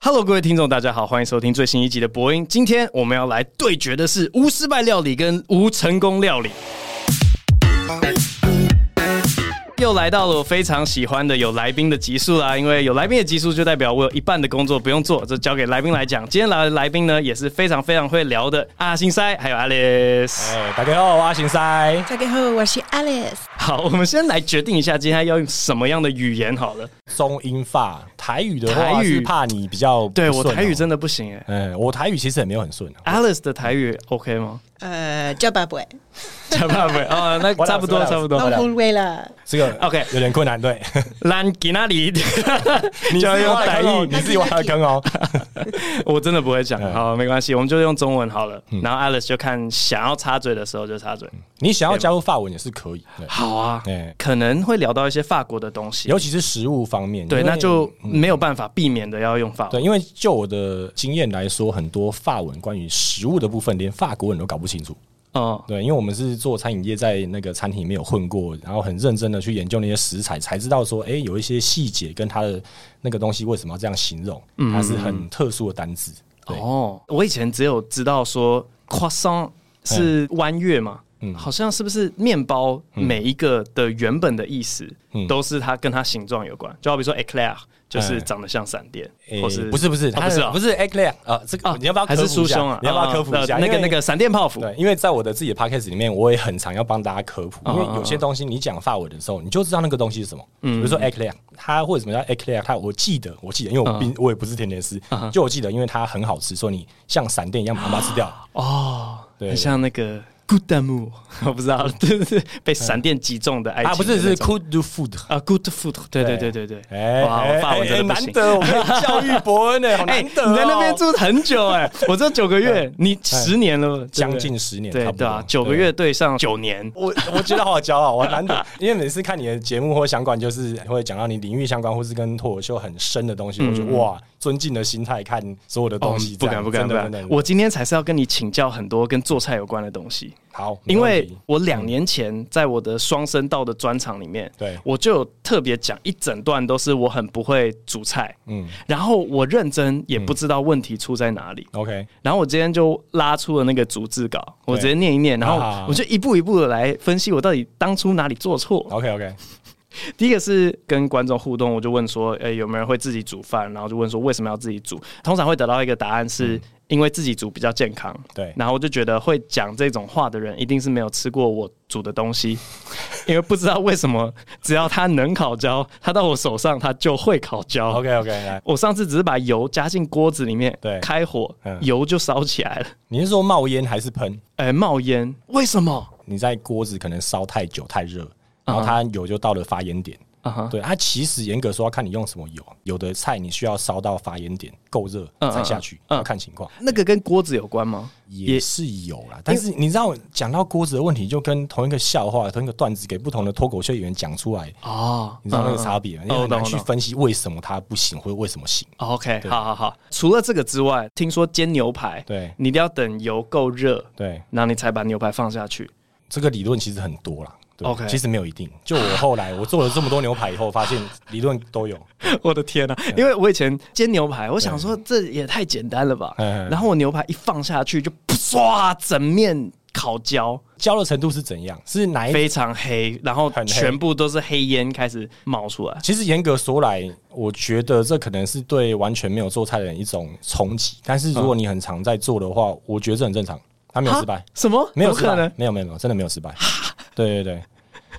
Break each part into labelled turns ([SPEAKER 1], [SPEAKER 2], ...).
[SPEAKER 1] Hello，各位听众，大家好，欢迎收听最新一集的播音。今天我们要来对决的是无失败料理跟无成功料理。又来到了我非常喜欢的有来宾的集数啦，因为有来宾的集数就代表我有一半的工作不用做，这交给来宾来讲。今天来的来宾呢也是非常非常会聊的阿星塞，还有 Alice。
[SPEAKER 2] 哎，大家好，我阿行塞。
[SPEAKER 3] 大家好，我是 Alice。
[SPEAKER 1] 好，我们先来决定一下今天要用什么样的语言好了。
[SPEAKER 2] 中英法台语的
[SPEAKER 1] 台
[SPEAKER 2] 话
[SPEAKER 1] 语
[SPEAKER 2] 是怕你比较
[SPEAKER 1] 对我台语
[SPEAKER 2] 真，
[SPEAKER 1] 真的不行哎、
[SPEAKER 2] 哎，我台语其实也没有很顺啊。
[SPEAKER 1] Alice 的台语 OK 吗？
[SPEAKER 3] 呃，叫爸爸，
[SPEAKER 1] 差不多啊，那差不多差不多。
[SPEAKER 3] 我误会了。
[SPEAKER 2] 这个
[SPEAKER 1] OK
[SPEAKER 2] 有点困难，对，
[SPEAKER 1] 兰吉那里， 你
[SPEAKER 2] 自
[SPEAKER 1] 要
[SPEAKER 2] 己
[SPEAKER 1] 用
[SPEAKER 2] 挖的
[SPEAKER 1] 台
[SPEAKER 2] 坑哦
[SPEAKER 1] 语
[SPEAKER 2] 你，自己挖的坑哦。
[SPEAKER 1] 我真的不会讲。
[SPEAKER 2] 嗯
[SPEAKER 1] 好，没关系，我们就用中文好了。然后 Alice 就看想要插嘴的时候就插嘴。
[SPEAKER 2] 你想要加入法文也是可以，对，
[SPEAKER 1] 好啊
[SPEAKER 2] 对，
[SPEAKER 1] 可能会聊到一些法国的东西。
[SPEAKER 2] 尤其是食物方面，
[SPEAKER 1] 对，
[SPEAKER 2] 因为
[SPEAKER 1] 那就没有办法避免的要用法
[SPEAKER 2] 嗯对，
[SPEAKER 1] 文。
[SPEAKER 2] 因为就我的经验来说，很多法文关于食物的部分，连法国人都搞不清楚。
[SPEAKER 1] 哦，
[SPEAKER 2] 对，因为我们是做餐饮业，在那个餐厅里面有混过，然后很认真的去研究那些食材，才知道说，哎、有一些细节跟它的那个东西为什么要这样形容，它是很特殊的单字。对，
[SPEAKER 1] 嗯哦，我以前只有知道说 croissant
[SPEAKER 2] 哎
[SPEAKER 1] 是弯月嘛。
[SPEAKER 2] 嗯
[SPEAKER 1] 好像是不是面包每一个的原本的意思，
[SPEAKER 2] 嗯
[SPEAKER 1] 都是它跟它形状有关，就好比说 eclair 就是
[SPEAKER 2] 哎
[SPEAKER 1] 长得像闪电，
[SPEAKER 2] 诶
[SPEAKER 1] 或是
[SPEAKER 2] 不是不是，
[SPEAKER 1] 哦
[SPEAKER 2] 它
[SPEAKER 1] 不是啊
[SPEAKER 2] 不是 eclair 啊，这个你要不要
[SPEAKER 1] 哦还
[SPEAKER 2] 科普
[SPEAKER 1] 是
[SPEAKER 2] 一
[SPEAKER 1] 酥
[SPEAKER 2] 下
[SPEAKER 1] 胸啊？
[SPEAKER 2] 你要不要科普一下？
[SPEAKER 1] 啊那个
[SPEAKER 2] 因为
[SPEAKER 1] 那个闪电泡芙，
[SPEAKER 2] 对，因为在我的自己的 podcast 里面，我也很常要帮大家科普，
[SPEAKER 1] 嗯
[SPEAKER 2] 因为有些东西你讲法文的时候，你就知道那个东西是什么。
[SPEAKER 1] 嗯
[SPEAKER 2] 比如说 eclair，它为什么叫 eclair？它我记得，我记得，
[SPEAKER 1] 嗯
[SPEAKER 2] 因为我并我也不是甜甜师，就我记得，因为它很好吃，所以你像闪电一样把它把它吃掉。
[SPEAKER 1] 哦，
[SPEAKER 2] 对啊
[SPEAKER 1] 很像那个 Good Dam，我 不知道，对对对，被闪电击中的爱情
[SPEAKER 2] 啊，不是
[SPEAKER 1] 的那
[SPEAKER 2] 是
[SPEAKER 1] 种
[SPEAKER 2] could do food。
[SPEAKER 1] 啊，Good Food，对对对对对，
[SPEAKER 2] 哎，
[SPEAKER 1] 哇，我
[SPEAKER 2] 哎
[SPEAKER 1] 法文
[SPEAKER 2] 哎
[SPEAKER 1] 真的不
[SPEAKER 2] 难
[SPEAKER 1] 行。
[SPEAKER 2] 得我们教育伯恩呢，好
[SPEAKER 1] 哎，
[SPEAKER 2] 难
[SPEAKER 1] 你
[SPEAKER 2] 得哦。
[SPEAKER 1] 在那边住很久哎，我这九个月，你十年了，对不对
[SPEAKER 2] 哎将近十年差
[SPEAKER 1] 对
[SPEAKER 2] 不多
[SPEAKER 1] 对啊，九个
[SPEAKER 2] 对
[SPEAKER 1] 月对上九年，
[SPEAKER 2] 我我觉得好骄傲，我难得，因为每次看你的节目或相关，就是会讲到你领域相关，或是跟脱口秀很深的东西，我觉得哇，尊敬的心态看所有的
[SPEAKER 1] 嗯哦
[SPEAKER 2] 东西，
[SPEAKER 1] 不
[SPEAKER 2] 这
[SPEAKER 1] 敢
[SPEAKER 2] 样
[SPEAKER 1] 不敢
[SPEAKER 2] 真
[SPEAKER 1] 不
[SPEAKER 2] 的
[SPEAKER 1] 敢
[SPEAKER 2] 真的，
[SPEAKER 1] 我今天才是要跟你请教很多跟做菜有关的东西。
[SPEAKER 2] 好，没
[SPEAKER 1] 因为
[SPEAKER 2] 问题
[SPEAKER 1] 我两年前在我的双声道的专场里面，
[SPEAKER 2] 对
[SPEAKER 1] 我就有特别讲一整段都是我很不会煮菜，
[SPEAKER 2] 嗯
[SPEAKER 1] 然后我认真也不知道问题出在哪里。
[SPEAKER 2] ，OK，
[SPEAKER 1] 然后我今天就拉出了那个逐字稿，我
[SPEAKER 2] 对
[SPEAKER 1] 直接念一念，然
[SPEAKER 2] 啊
[SPEAKER 1] 后我就一步一步的来分析我到底当初哪里做错。
[SPEAKER 2] OK OK，
[SPEAKER 1] 第一个是跟观众互动，我就问说，诶、有没有人会自己煮饭？然后就问说为什么要自己煮？通常会得到一个答案是。因为自己煮比较健康，
[SPEAKER 2] 嗯对
[SPEAKER 1] 然后我就觉得会讲这种话的人，一定是没有吃过我煮的东西， 因为不知道为什么，只要他能烤焦，他到我手上他就会烤焦。
[SPEAKER 2] OK OK，来，
[SPEAKER 1] 我上次只是把油加进锅子里面，
[SPEAKER 2] 对
[SPEAKER 1] 开火，
[SPEAKER 2] 嗯
[SPEAKER 1] 油就烧起来了，
[SPEAKER 2] 你是说冒烟还是喷？
[SPEAKER 1] 哎、冒烟，为什么？嗯
[SPEAKER 2] 你在锅子可能烧太久太热，然后它油就到了发烟点。
[SPEAKER 1] 啊哈，
[SPEAKER 2] 对，它其实严格说要看你用什么油，有的菜你需要烧到发烟点够热
[SPEAKER 1] 嗯
[SPEAKER 2] 才下去，
[SPEAKER 1] 嗯嗯
[SPEAKER 2] 要看情况。
[SPEAKER 1] 那个跟锅子有关吗？
[SPEAKER 2] 也是有啦，但是你知道，讲到锅子的问题，就跟同一个笑话、同一个段子给不同的脱口秀演员讲出来，
[SPEAKER 1] 哦，
[SPEAKER 2] 你知道那
[SPEAKER 1] 嗯
[SPEAKER 2] 个差别吗？
[SPEAKER 1] 嗯
[SPEAKER 2] 你很
[SPEAKER 1] 懂
[SPEAKER 2] 难去
[SPEAKER 1] 懂
[SPEAKER 2] 分析为什么它不行，或者为什么行。
[SPEAKER 1] 哦 OK，
[SPEAKER 2] 对
[SPEAKER 1] 好好好。除了这个之外，听说煎牛排，
[SPEAKER 2] 对
[SPEAKER 1] 你一定要等油够热，
[SPEAKER 2] 对，
[SPEAKER 1] 然后你才把牛排放下去。
[SPEAKER 2] 这个理论其实很多啦。对
[SPEAKER 1] OK
[SPEAKER 2] 其实没有一定。就我后来我做了这么多牛排以后，发现理论都有。
[SPEAKER 1] 我的天啊！因为我以前煎牛排，我想说这也太简单了吧。
[SPEAKER 2] 嗯
[SPEAKER 1] 然后我牛排一放下去，就唰，整面烤焦，
[SPEAKER 2] 焦的程度是怎样？是哪一？
[SPEAKER 1] 非常黑，然后
[SPEAKER 2] 哎很黑
[SPEAKER 1] 全部都是黑烟开始冒出来。
[SPEAKER 2] 其实严格说来，我觉得这可能是对完全没有做菜的人一种冲击。但
[SPEAKER 1] 嗯
[SPEAKER 2] 是如果你很常在做的话，我觉得这很正常，他没有失败
[SPEAKER 1] 啊。什么？
[SPEAKER 2] 没有
[SPEAKER 1] 怎
[SPEAKER 2] 失
[SPEAKER 1] 么
[SPEAKER 2] 败
[SPEAKER 1] 可能，
[SPEAKER 2] 没有没有没有，真的没有失败。 对对对，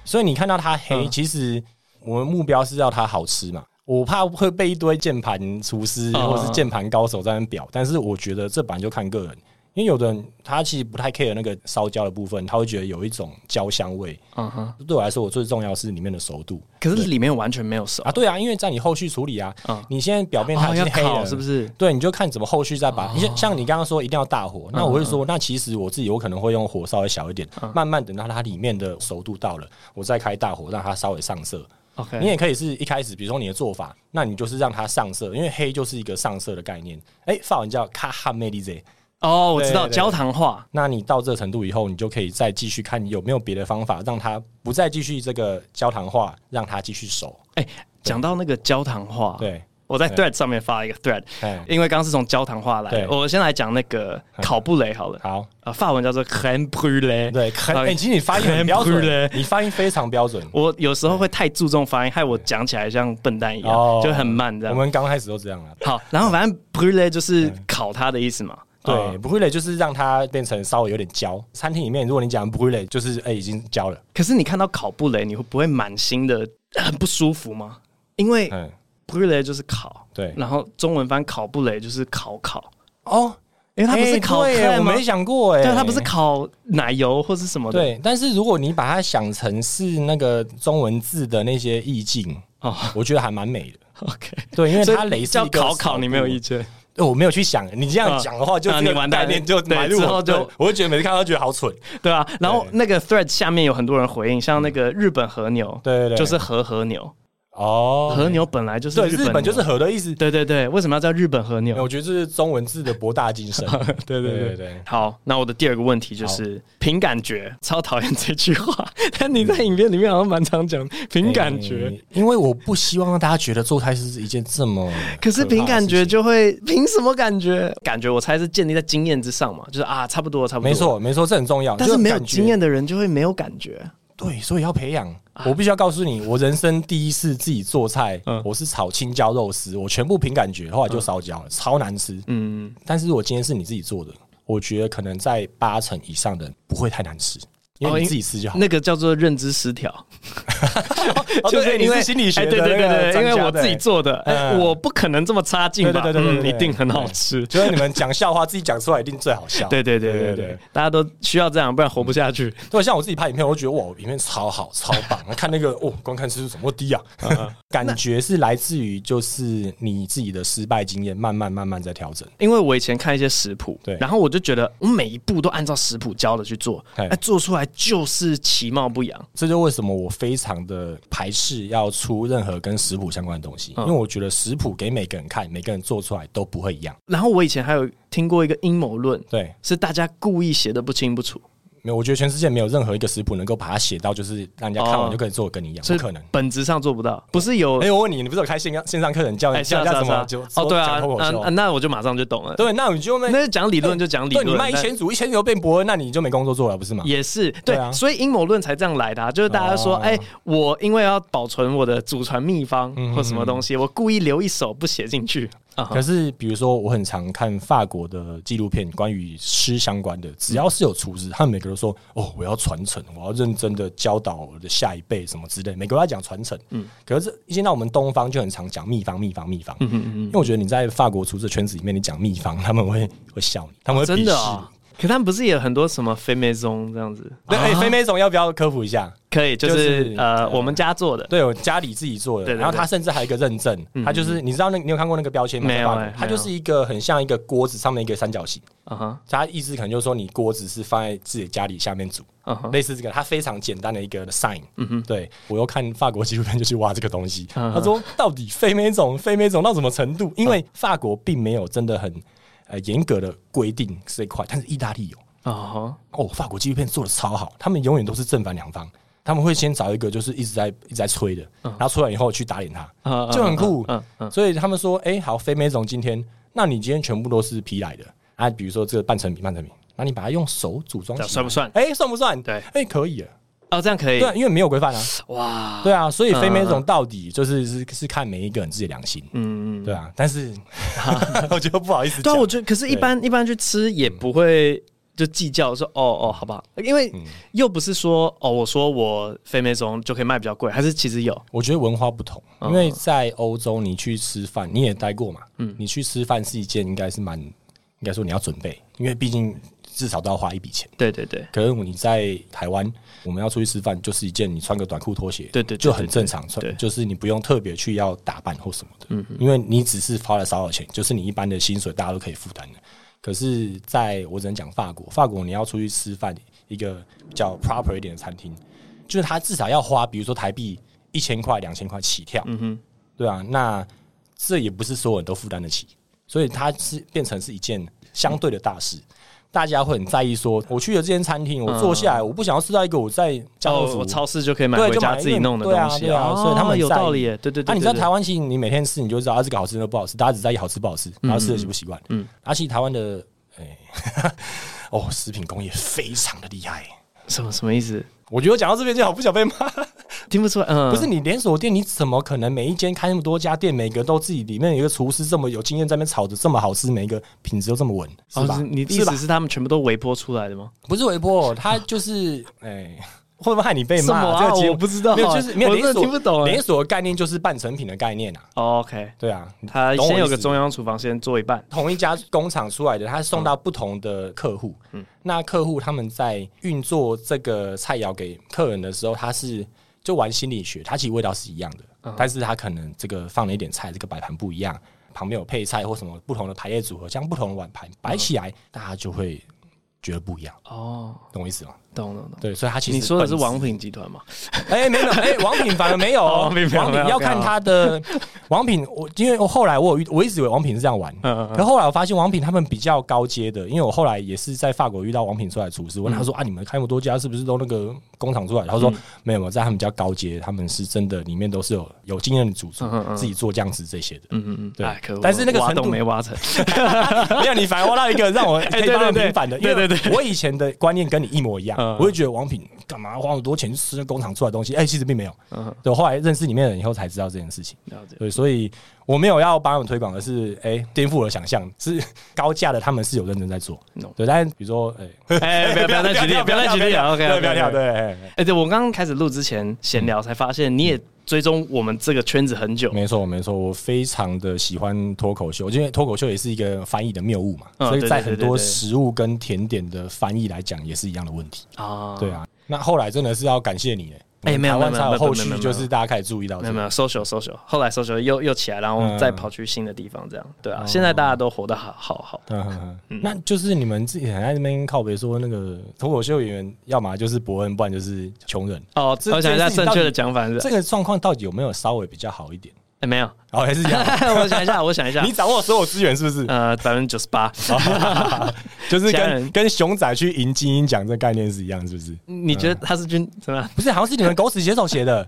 [SPEAKER 2] 所以你看到它
[SPEAKER 1] 嗯
[SPEAKER 2] 黑，其实我们目标是要它好吃嘛。我怕会被一堆键盘厨师
[SPEAKER 1] 嗯
[SPEAKER 2] 或是键盘高手在那边表，但是我觉得这本来就看个人，因为有的人他其实不太 care 那个烧焦的部分，他会觉得有一种焦香味。
[SPEAKER 1] 嗯哼。
[SPEAKER 2] 对我来说，我最重要是里面的熟度
[SPEAKER 1] 可是里面完全没有熟
[SPEAKER 2] 啊，对啊，因为在你后续处理啊
[SPEAKER 1] 嗯，
[SPEAKER 2] 你现在表面它
[SPEAKER 1] 哦，
[SPEAKER 2] 已
[SPEAKER 1] 要
[SPEAKER 2] 经黑
[SPEAKER 1] 烤
[SPEAKER 2] 了，
[SPEAKER 1] 是不是？
[SPEAKER 2] 对，你就看怎么后续再把，你像像你刚刚说一定要大火，那我会说，那其实我自己有可能会用火稍微小一点，慢慢等到它里面的熟度到了，我再开大火让它稍微上色。
[SPEAKER 1] OK，
[SPEAKER 2] 你也可以是一开始，比如说你的做法，那你就是让它上色，因为黑就是一个上色的概念。哎，法文叫卡哈梅利 e
[SPEAKER 1] 哦，我知道
[SPEAKER 2] 对对对
[SPEAKER 1] 焦糖化。
[SPEAKER 2] 那你到这个程度以后，你就可以再继续看有没有别的方法让它不再继续这个焦糖化，让它继续熟。
[SPEAKER 1] 哎，讲到那个焦糖化，
[SPEAKER 2] 对，
[SPEAKER 1] 我在 Thread 上面发一个 Thread，
[SPEAKER 2] 哎
[SPEAKER 1] 因为刚刚是从焦糖话来
[SPEAKER 2] 对，
[SPEAKER 1] 我先来讲那个烤布雷好了。
[SPEAKER 2] 好，
[SPEAKER 1] 呃，法文叫做 crème brûlée。
[SPEAKER 2] 对，很，哎其实你发音 很标
[SPEAKER 1] crème
[SPEAKER 2] 准
[SPEAKER 1] brûlée，
[SPEAKER 2] 你发音非常标准。
[SPEAKER 1] 我有时候会太注重发音，害我讲起来像笨蛋一样，
[SPEAKER 2] 哦
[SPEAKER 1] 就很慢这
[SPEAKER 2] 我
[SPEAKER 1] 样。
[SPEAKER 2] 们刚开始都这样啊。
[SPEAKER 1] 好，然后反正 brûlée 就是烤它的意思嘛。
[SPEAKER 2] 对
[SPEAKER 1] 嗯
[SPEAKER 2] 不 r u 就是让它变成稍微有点焦。餐厅里面，如果你讲不 r u 就是哎、已经焦了。
[SPEAKER 1] 可是你看到烤布雷，你会不会满心的很不舒服吗？因为
[SPEAKER 2] 嗯，
[SPEAKER 1] brûlée 就是烤，
[SPEAKER 2] 对
[SPEAKER 1] 然后中文翻烤布雷就是烤烤，
[SPEAKER 2] 哦，
[SPEAKER 1] 因为它不是烤
[SPEAKER 2] 哎对
[SPEAKER 1] crème
[SPEAKER 2] 我
[SPEAKER 1] 吗
[SPEAKER 2] 没想过哎、
[SPEAKER 1] 对，它不是烤奶油或是什么的。
[SPEAKER 2] 对，但是如果你把它想成是那个中文字的那些意境，
[SPEAKER 1] 哦
[SPEAKER 2] 我觉得还蛮美的。
[SPEAKER 1] ，OK，
[SPEAKER 2] 对，因为它雷是
[SPEAKER 1] 叫
[SPEAKER 2] 一个
[SPEAKER 1] 烤
[SPEAKER 2] 扫
[SPEAKER 1] 烤，
[SPEAKER 2] 过
[SPEAKER 1] 你没有意见？
[SPEAKER 2] 对我没有去想，你这样
[SPEAKER 1] 嗯
[SPEAKER 2] 讲的话，就
[SPEAKER 1] 啊
[SPEAKER 2] 这
[SPEAKER 1] 你
[SPEAKER 2] 个
[SPEAKER 1] 完蛋
[SPEAKER 2] 概念就
[SPEAKER 1] 对
[SPEAKER 2] 埋入
[SPEAKER 1] 之后
[SPEAKER 2] 我，
[SPEAKER 1] 就
[SPEAKER 2] 对我就觉得每次看到都觉得好蠢。
[SPEAKER 1] 对啊，然后
[SPEAKER 2] 对嗯
[SPEAKER 1] 那个 thread 下面有很多人回应，像那个日本和牛，
[SPEAKER 2] 对对对
[SPEAKER 1] 就是和和牛，
[SPEAKER 2] 哦，
[SPEAKER 1] 和牛本来就是
[SPEAKER 2] 对，
[SPEAKER 1] 日
[SPEAKER 2] 日本就是
[SPEAKER 1] 牛
[SPEAKER 2] 和的意思。
[SPEAKER 1] 对对对，为什么要叫日本和牛？
[SPEAKER 2] 我觉得这是中文字的博大精深。
[SPEAKER 1] 对对对
[SPEAKER 2] 对对
[SPEAKER 1] 好，那我的第二个问题就是凭感觉，超讨厌这句话，但你在影片里面好像蛮常讲凭感觉。
[SPEAKER 2] 欸因为我不希望让大家觉得做菜是一件这 么
[SPEAKER 1] 可是凭
[SPEAKER 2] 怕的
[SPEAKER 1] 感
[SPEAKER 2] 事
[SPEAKER 1] 觉
[SPEAKER 2] 情
[SPEAKER 1] 就会凭什么感觉？感觉我猜是建立在经验之上嘛，就是啊，差不多，差不多。
[SPEAKER 2] 没，错没错，这很重要。
[SPEAKER 1] 但是
[SPEAKER 2] 就
[SPEAKER 1] 没有
[SPEAKER 2] 感觉
[SPEAKER 1] 经验，的人就会没有感觉。
[SPEAKER 2] 对，所以要培养。我必须要告诉你，我人生第一次自己做菜
[SPEAKER 1] 啊嗯，
[SPEAKER 2] 我是炒青椒肉丝，我全部凭感觉，后来就烧焦了，超难吃。
[SPEAKER 1] 嗯，
[SPEAKER 2] 但是如果今天是你自己做的，我觉得可能在八成以上的人不会太难吃，因
[SPEAKER 1] 哦
[SPEAKER 2] 为
[SPEAKER 1] 因
[SPEAKER 2] 你自己吃就好。
[SPEAKER 1] 那个叫做认知失调，
[SPEAKER 2] 哦对你是心理学
[SPEAKER 1] 哎
[SPEAKER 2] 的
[SPEAKER 1] 对对
[SPEAKER 2] 那个
[SPEAKER 1] 对对，
[SPEAKER 2] 专
[SPEAKER 1] 因为
[SPEAKER 2] 家
[SPEAKER 1] 我
[SPEAKER 2] 对
[SPEAKER 1] 自己 做的，哎
[SPEAKER 2] 嗯
[SPEAKER 1] 我不可能这么差劲吧？
[SPEAKER 2] 对对对对
[SPEAKER 1] 嗯
[SPEAKER 2] 对对
[SPEAKER 1] 一定很好吃。
[SPEAKER 2] 就是你们讲笑话自己讲出来一定最好笑。
[SPEAKER 1] 对对对对对，大家都需要这样，不然活不下去。
[SPEAKER 2] 对，啊像我自己拍影片，我就觉得哇，影片超好，超棒。看那个哦，观看次数怎么低啊？感觉是来自于就是你自己的失败经验，慢慢慢慢在调整。
[SPEAKER 1] 因为我以前看一些食谱，
[SPEAKER 2] 对
[SPEAKER 1] 然后我就觉得我每一步都按照食谱教的去做，
[SPEAKER 2] 嘿
[SPEAKER 1] 哎，做出来就是其貌不扬。
[SPEAKER 2] 这就为什么我非常的排斥要出任何跟食谱相关的东西，
[SPEAKER 1] 嗯
[SPEAKER 2] 因为我觉得食谱给每个人看，每个人做出来都不会一样。
[SPEAKER 1] 然后我以前还有听过一个阴谋论，
[SPEAKER 2] 对，
[SPEAKER 1] 是大家故意写的不清不楚，
[SPEAKER 2] 没有，我觉得全世界没有任何一个食谱能够把它写到，就是让人家看
[SPEAKER 1] 哦
[SPEAKER 2] 完就可以做得跟你一样，
[SPEAKER 1] 所
[SPEAKER 2] 不
[SPEAKER 1] 以
[SPEAKER 2] 可能。
[SPEAKER 1] 本质上做不到。不是有
[SPEAKER 2] 哎、我问你，你不是有开线上线上课程教人
[SPEAKER 1] 是啊
[SPEAKER 2] 教人家
[SPEAKER 1] 是
[SPEAKER 2] 怎
[SPEAKER 1] 啊
[SPEAKER 2] 么
[SPEAKER 1] 是
[SPEAKER 2] 就
[SPEAKER 1] 啊哦对啊
[SPEAKER 2] 讲脱，口
[SPEAKER 1] 嗯
[SPEAKER 2] 秀？
[SPEAKER 1] 嗯那我就马上就懂了。
[SPEAKER 2] 对，那你就
[SPEAKER 1] 那讲理论就讲理
[SPEAKER 2] 对
[SPEAKER 1] 论，
[SPEAKER 2] 你卖一
[SPEAKER 1] 但
[SPEAKER 2] 千组，一千组又变薄，那你就没工作做了，不是吗？
[SPEAKER 1] 也是对，
[SPEAKER 2] 对啊
[SPEAKER 1] 所以阴谋论才这样来的、啊，就是大家说，
[SPEAKER 2] 哦
[SPEAKER 1] 哎、我因为要保存我的祖传秘方
[SPEAKER 2] 嗯
[SPEAKER 1] 或什么东西，我故意留一手不写进去啊哈。
[SPEAKER 2] 可是，比如说，我很常看法国的纪录片，关于吃相关的，只要是有厨师，他们每个都说：“哦，我要传承，我要认真的教导我的下一辈什么之类。”每个都在讲传承。嗯，可是一见到我们东方就很常讲秘方，秘方，秘方。嗯因为我觉得你在法国厨师的圈子里面，你讲秘方，他们会会笑你，他们会鄙视
[SPEAKER 1] 真
[SPEAKER 2] 你。
[SPEAKER 1] 的啊、可他们不是也有很多什么飞梅宗这样子？
[SPEAKER 2] 对，哎、飞妹总要不要科普一下？
[SPEAKER 1] 可以，就是、
[SPEAKER 2] 就是
[SPEAKER 1] 呃，
[SPEAKER 2] 呃
[SPEAKER 1] 我们家做的，
[SPEAKER 2] 对我家里自己做的，
[SPEAKER 1] 对对对嗯
[SPEAKER 2] 然后它甚至还有一个认证，它就是你知道那你有看过那个标签吗？
[SPEAKER 1] 没有
[SPEAKER 2] 在法国
[SPEAKER 1] 哎
[SPEAKER 2] 它
[SPEAKER 1] 没有
[SPEAKER 2] 就是一个很像一个锅子上面一个三角形，
[SPEAKER 1] 啊哈，
[SPEAKER 2] 它意思可能就是说你锅子是放在自己家里下面煮，
[SPEAKER 1] 啊哈，
[SPEAKER 2] 类似这个，它非常简单的一个 sign。嗯哼，对我又看法国纪录片就去挖这个东西，
[SPEAKER 1] 嗯
[SPEAKER 2] 他说到底非美种非美种到什么程度？因为法国并没有真的很呃严格的规定这一块，但是意大利有。
[SPEAKER 1] 啊哈，
[SPEAKER 2] 哦，法国纪录片做的超好，他们永远都是正反两方，他们会先找一个就是一直在一直在吹的，然后出来以后去打脸
[SPEAKER 1] 嗯
[SPEAKER 2] 他，就很酷
[SPEAKER 1] 嗯嗯嗯。
[SPEAKER 2] 所以他们说，哎，好，非美总今天，那你今天全部都是皮来的啊，比如说这个半成品，半成品，那你把它用手组装起来，
[SPEAKER 1] 啊这算不算
[SPEAKER 2] 哎，算不算？
[SPEAKER 1] 对
[SPEAKER 2] 哎，可以啊，
[SPEAKER 1] 哦，这样可以
[SPEAKER 2] 对，，因为没有规范啊，
[SPEAKER 1] 哇，
[SPEAKER 2] 对啊，所以非美
[SPEAKER 1] 嗯嗯
[SPEAKER 2] 总到底就是是是看每一个人自己的良心，
[SPEAKER 1] 嗯，嗯，
[SPEAKER 2] 对啊，但是 我觉得不好意思
[SPEAKER 1] 对
[SPEAKER 2] 讲
[SPEAKER 1] 啊，我觉得，可是，一般一般去吃也不会就计较说，哦哦，好吧，因为
[SPEAKER 2] 嗯
[SPEAKER 1] 又不是说，哦，我说我飞梅种就可以卖比较贵，还是其实有，
[SPEAKER 2] 我觉得文化不同，因为在欧洲你去吃饭，你也待过嘛，你去吃饭是一件应该是蛮，应该说你要准备，因为毕竟至少都要花一笔钱。
[SPEAKER 1] 对对对，
[SPEAKER 2] 可是你在台湾，我们要出去吃饭，就是一件你穿个短裤拖鞋，
[SPEAKER 1] 对对对
[SPEAKER 2] 就很正常，穿
[SPEAKER 1] 对嗯
[SPEAKER 2] 就是你不用特别去要打扮或什么的，因为你只是花了少少钱，就是你一般的薪水大家都可以负担的。可是，在我只能讲法国，法国你要出去吃饭，一个比较 proper 一点的餐厅，就是他至少要花，比如说台币一千块、两千块起跳，嗯哼，对啊，那这也不是所有人都负担得起，所以它是变成是一件相对的大事。大家会很在意说，我去了这间餐厅，我坐下来，我不想要吃到一个我在家
[SPEAKER 1] 嗯
[SPEAKER 2] 乐
[SPEAKER 1] 哦，
[SPEAKER 2] 福
[SPEAKER 1] 我超市就可以买
[SPEAKER 2] 对
[SPEAKER 1] 回
[SPEAKER 2] 就
[SPEAKER 1] 家
[SPEAKER 2] 买一
[SPEAKER 1] 自己
[SPEAKER 2] 个
[SPEAKER 1] 弄的
[SPEAKER 2] 对啊
[SPEAKER 1] 东西
[SPEAKER 2] 对啊所以他
[SPEAKER 1] 哦
[SPEAKER 2] 们很
[SPEAKER 1] 有
[SPEAKER 2] 在
[SPEAKER 1] 道理
[SPEAKER 2] 意
[SPEAKER 1] 耶，对对对。
[SPEAKER 2] 啊，你知道
[SPEAKER 1] 对
[SPEAKER 2] 台湾其实你每天吃你就知道啊这个好吃那个不好吃，大家只在意好吃不好吃，然后吃的喜不习惯。嗯，而且台湾的哎， 哦，食品工业非常的厉害。
[SPEAKER 1] 什么什么意思？
[SPEAKER 2] 我觉得我讲到这边就好不想被骂，
[SPEAKER 1] 听不出来，嗯，
[SPEAKER 2] 不是你连锁店，你怎么可能每一间开那么多家店，每个都自己里面有一个厨师这么有经验，在那边炒的这么好吃，每一个品质都这么稳，是
[SPEAKER 1] 哦，
[SPEAKER 2] 吧？
[SPEAKER 1] 是你意
[SPEAKER 2] 是吧
[SPEAKER 1] 思？是他们全部都微波出来的吗？
[SPEAKER 2] 不是微波，哦他就是哎。会不会害你被
[SPEAKER 1] 什
[SPEAKER 2] 骂？
[SPEAKER 1] 么啊
[SPEAKER 2] 这个节目
[SPEAKER 1] 我不知道
[SPEAKER 2] 没有，就是没有
[SPEAKER 1] 我真的
[SPEAKER 2] 连锁
[SPEAKER 1] 听不懂哎
[SPEAKER 2] 连锁的概念就是半成品的概念啊，
[SPEAKER 1] 哦，OK，
[SPEAKER 2] 对啊，
[SPEAKER 1] 他
[SPEAKER 2] 懂我
[SPEAKER 1] 先有
[SPEAKER 2] 意思
[SPEAKER 1] 个中央厨房，先做一半。
[SPEAKER 2] 同一家工厂出来的，它送到不同的客户。
[SPEAKER 1] 嗯
[SPEAKER 2] 那客户他们在运作这个菜肴给客人的时候，他是就玩心理学，它其实味道是一样的，
[SPEAKER 1] 嗯
[SPEAKER 2] 但是它可能这个放了一点菜，这个摆盘不一样，旁边有配菜或什么不同的排列组合，将不同的碗盘
[SPEAKER 1] 嗯
[SPEAKER 2] 摆起来，大家就会觉得不一样，
[SPEAKER 1] 哦，
[SPEAKER 2] 懂我意思吗？
[SPEAKER 1] 懂懂懂。
[SPEAKER 2] 对，所以它其实
[SPEAKER 1] 你说的是
[SPEAKER 2] 本质
[SPEAKER 1] 王品集团吗？
[SPEAKER 2] 哎、没有，哎、王品反而没有
[SPEAKER 1] 哦
[SPEAKER 2] 哦，
[SPEAKER 1] 王品没有
[SPEAKER 2] 王
[SPEAKER 1] 没
[SPEAKER 2] 品
[SPEAKER 1] 有
[SPEAKER 2] 要
[SPEAKER 1] 没
[SPEAKER 2] 看
[SPEAKER 1] 有
[SPEAKER 2] 他的王品。我因为我后来我有遇，我一直以为王品是这样玩，
[SPEAKER 1] 嗯嗯嗯
[SPEAKER 2] 可后来我发现王品他们比较高阶的，因为我后来也是在法国遇到王品出来的厨师，问
[SPEAKER 1] 嗯
[SPEAKER 2] 他说、啊，你们开那么多家，是不是都那个工厂出来的？他说、没有，没有，在他们比较高阶，他们是真的里面都是有有经验的主厨，
[SPEAKER 1] 嗯嗯嗯
[SPEAKER 2] 自己做酱汁这些的。
[SPEAKER 1] 嗯嗯嗯，
[SPEAKER 2] 对
[SPEAKER 1] 哎可恶
[SPEAKER 2] 但是那个
[SPEAKER 1] 挖
[SPEAKER 2] 程度
[SPEAKER 1] 洞没挖成。
[SPEAKER 2] 没有，你反而挖到一个让我可以帮他
[SPEAKER 1] 对对
[SPEAKER 2] 平反的，
[SPEAKER 1] 对对对。
[SPEAKER 2] 我以前的观念跟你一模一样
[SPEAKER 1] 嗯，
[SPEAKER 2] 我会觉得王品干嘛花那么多钱去吃那工厂出来的东西？哎，其实并没有。
[SPEAKER 1] 嗯，
[SPEAKER 2] 对，我后来认识里面的人以后才知道这件事情。
[SPEAKER 1] 了解。
[SPEAKER 2] 对，所以我没有要帮他们推广，而是哎颠覆我的想象，是高价的他们是有认真在做
[SPEAKER 1] No。
[SPEAKER 2] 对，但是比如说哎，
[SPEAKER 1] 哎，不要不要再举例了，不要再举例了。OK，
[SPEAKER 2] 对，不要跳，对。哎
[SPEAKER 1] 哎，对我刚刚开始录之前闲聊，才发现你也追踪我们这个圈子很久。
[SPEAKER 2] 没错，没错，我非常的喜欢脱口秀，因为脱口秀也是一个翻译的谬误嘛，
[SPEAKER 1] 嗯
[SPEAKER 2] 所以
[SPEAKER 1] 对
[SPEAKER 2] 在
[SPEAKER 1] 对对
[SPEAKER 2] 很
[SPEAKER 1] 对
[SPEAKER 2] 多
[SPEAKER 1] 对
[SPEAKER 2] 食物跟甜点的翻译来讲也是一样的问题。
[SPEAKER 1] 啊，
[SPEAKER 2] 对，啊，那后来真的是要感谢你，
[SPEAKER 1] 哎没有
[SPEAKER 2] 台湾
[SPEAKER 1] 没有
[SPEAKER 2] 才
[SPEAKER 1] 没
[SPEAKER 2] 有
[SPEAKER 1] 有
[SPEAKER 2] 后
[SPEAKER 1] 没有没有
[SPEAKER 2] 续就是大家开始注意到
[SPEAKER 1] 没
[SPEAKER 2] 这
[SPEAKER 1] 有没
[SPEAKER 2] 个。
[SPEAKER 1] 有，social social，后来 social 又又起来，然后
[SPEAKER 2] 嗯
[SPEAKER 1] 再跑去新的地方，这样。对啊，现在大家都活得好好好。
[SPEAKER 2] 嗯哼哼那就是你们自己很爱那边靠北说那个脱口秀演员，要么就是伯恩，不然就是穷人。
[SPEAKER 1] 哦，
[SPEAKER 2] 这
[SPEAKER 1] 我想一下
[SPEAKER 2] 这件事情
[SPEAKER 1] 正
[SPEAKER 2] 到底
[SPEAKER 1] 确的讲法是
[SPEAKER 2] 这，个状况到底有没有稍微比较好一点？
[SPEAKER 1] 哎，没有，
[SPEAKER 2] 哦，还是一样
[SPEAKER 1] 我想一下，我想一下
[SPEAKER 2] 你，掌握所有资源是不是？
[SPEAKER 1] 呃，百分之九十八，
[SPEAKER 2] 就是
[SPEAKER 1] 家
[SPEAKER 2] 跟
[SPEAKER 1] 人
[SPEAKER 2] 跟熊仔去赢金鹰奖这概念是一样，是不是？
[SPEAKER 1] 你觉得他是军怎么样？
[SPEAKER 2] 不是，好像是你们狗屎写手写的，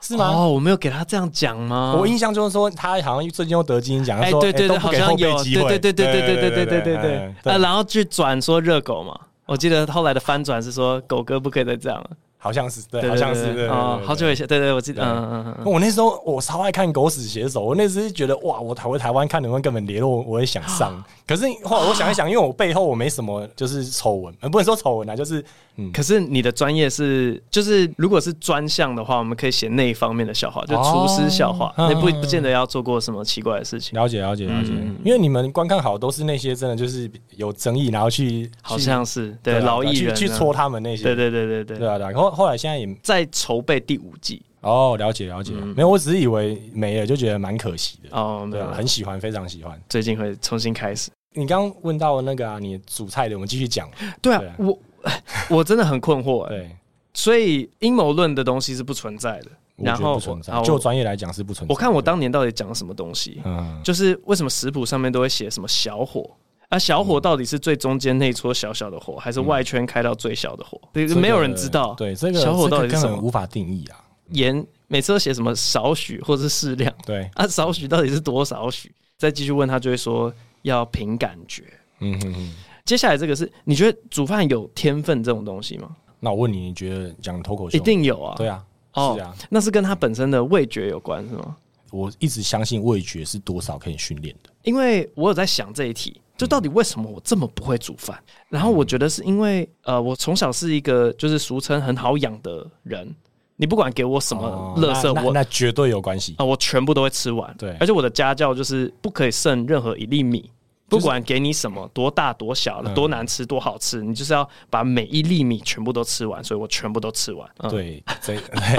[SPEAKER 2] 是吗？
[SPEAKER 1] 哦，我没有给他这样讲吗？
[SPEAKER 2] 我印象中说他好像最近又得金鹰奖，他
[SPEAKER 1] 哎，
[SPEAKER 2] 说
[SPEAKER 1] 对
[SPEAKER 2] 哎
[SPEAKER 1] 对对，
[SPEAKER 2] 都不
[SPEAKER 1] 好
[SPEAKER 2] 给
[SPEAKER 1] 像
[SPEAKER 2] 后辈
[SPEAKER 1] 有，
[SPEAKER 2] 机
[SPEAKER 1] 对
[SPEAKER 2] 会，
[SPEAKER 1] 对对对对对对对对对
[SPEAKER 2] 哎
[SPEAKER 1] 对，啊，然后去转说热狗嘛。我记得后来的翻转是说狗哥不可以再这样了，
[SPEAKER 2] 好像是，对，
[SPEAKER 1] 对
[SPEAKER 2] 好像
[SPEAKER 1] 对
[SPEAKER 2] 是，
[SPEAKER 1] 对
[SPEAKER 2] 对，
[SPEAKER 1] 哦，好久以前，
[SPEAKER 2] 前。
[SPEAKER 1] 对对，我记得，
[SPEAKER 2] 对
[SPEAKER 1] 嗯嗯嗯嗯，
[SPEAKER 2] 我那时候我超爱看狗屎写手，我那时候觉得哇，我台回台湾看能不能跟你们联络，我也想上。可是后来我想一想，因为我背后我没什么就是丑闻，呃不能说丑闻啊，就是嗯，
[SPEAKER 1] 可是你的专业是，就是如果是专项的话，我们可以写那一方面的笑话，就厨师笑话，
[SPEAKER 2] 哦
[SPEAKER 1] 那不
[SPEAKER 2] 嗯嗯嗯
[SPEAKER 1] 不见得要做过什么奇怪的事情，
[SPEAKER 2] 了解了解了解。
[SPEAKER 1] 嗯
[SPEAKER 2] 因为你们观看好都是那些真的就是有争议，然后去
[SPEAKER 1] 好
[SPEAKER 2] 去
[SPEAKER 1] 像是对
[SPEAKER 2] 啊
[SPEAKER 1] 老艺人啊
[SPEAKER 2] 去去戳，他们那些，
[SPEAKER 1] 对对对对
[SPEAKER 2] 对
[SPEAKER 1] 对，
[SPEAKER 2] 啊对啊。后后来现在也
[SPEAKER 1] 在筹备第五季
[SPEAKER 2] 哦，了解了解，没有，我只是以为没了，就觉得蛮可惜的。
[SPEAKER 1] 嗯哦，没
[SPEAKER 2] 对
[SPEAKER 1] 有
[SPEAKER 2] 啊，
[SPEAKER 1] 了，
[SPEAKER 2] 很喜欢，非常喜欢。
[SPEAKER 1] 最近会重新开始。
[SPEAKER 2] 你刚刚问到那个啊，你煮菜的，我们继续讲。
[SPEAKER 1] 对啊
[SPEAKER 2] 对啊，
[SPEAKER 1] 我 我真的很困惑哎，
[SPEAKER 2] 对，
[SPEAKER 1] 所以阴谋论的东西是不存在的。
[SPEAKER 2] 我觉
[SPEAKER 1] 然
[SPEAKER 2] 得
[SPEAKER 1] 后
[SPEAKER 2] 不存在
[SPEAKER 1] 啊，
[SPEAKER 2] 就
[SPEAKER 1] 我
[SPEAKER 2] 专业来讲是不存在。
[SPEAKER 1] 我看我当年到底讲了什么东西，
[SPEAKER 2] 嗯，
[SPEAKER 1] 就是为什么食谱上面都会写什么小火。啊，小
[SPEAKER 2] 嗯
[SPEAKER 1] 火到底是最中间那一撮小小的火，还是外圈开到最小的火？这
[SPEAKER 2] 这
[SPEAKER 1] 个
[SPEAKER 2] 个
[SPEAKER 1] 没有人知道。
[SPEAKER 2] 对，这个
[SPEAKER 1] 小火
[SPEAKER 2] 这
[SPEAKER 1] 到底
[SPEAKER 2] 个
[SPEAKER 1] 是
[SPEAKER 2] 根
[SPEAKER 1] 什
[SPEAKER 2] 本
[SPEAKER 1] 么？
[SPEAKER 2] 无法定义啊。
[SPEAKER 1] 盐每次都写什么少许或是适量
[SPEAKER 2] 对，
[SPEAKER 1] 啊，少许到底是多少许？再继续问他，就会说要凭感觉。
[SPEAKER 2] 嗯哼哼。
[SPEAKER 1] 接下来这个是，你觉得煮饭有天分这种东西吗？
[SPEAKER 2] 那我问你，你觉得讲脱口秀
[SPEAKER 1] 一定有啊。
[SPEAKER 2] 对啊？
[SPEAKER 1] 哦
[SPEAKER 2] 是啊，
[SPEAKER 1] 那是跟他本身的味觉有关是吗？
[SPEAKER 2] 我一直相信味觉是多少可以训练的。
[SPEAKER 1] 因为我有在想这一
[SPEAKER 2] 嗯
[SPEAKER 1] 题，就到底为什么我这么不会煮饭？然后我觉得是因为呃，我从小是一个就是俗称很好养的人，你不管给我什么垃圾，
[SPEAKER 2] 哦那那
[SPEAKER 1] 我啊、
[SPEAKER 2] 那绝对有关系。
[SPEAKER 1] 我全部都会吃完。
[SPEAKER 2] 对
[SPEAKER 1] 而且我的家教就是不可以剩任何一粒米。
[SPEAKER 2] 就是嗯
[SPEAKER 1] 不管给你什么，多大多小，多难吃多好吃，你就是要把每一粒米全部都吃完，所以我全部都吃完。嗯，
[SPEAKER 2] 对，这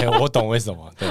[SPEAKER 2] 我懂为什么。对，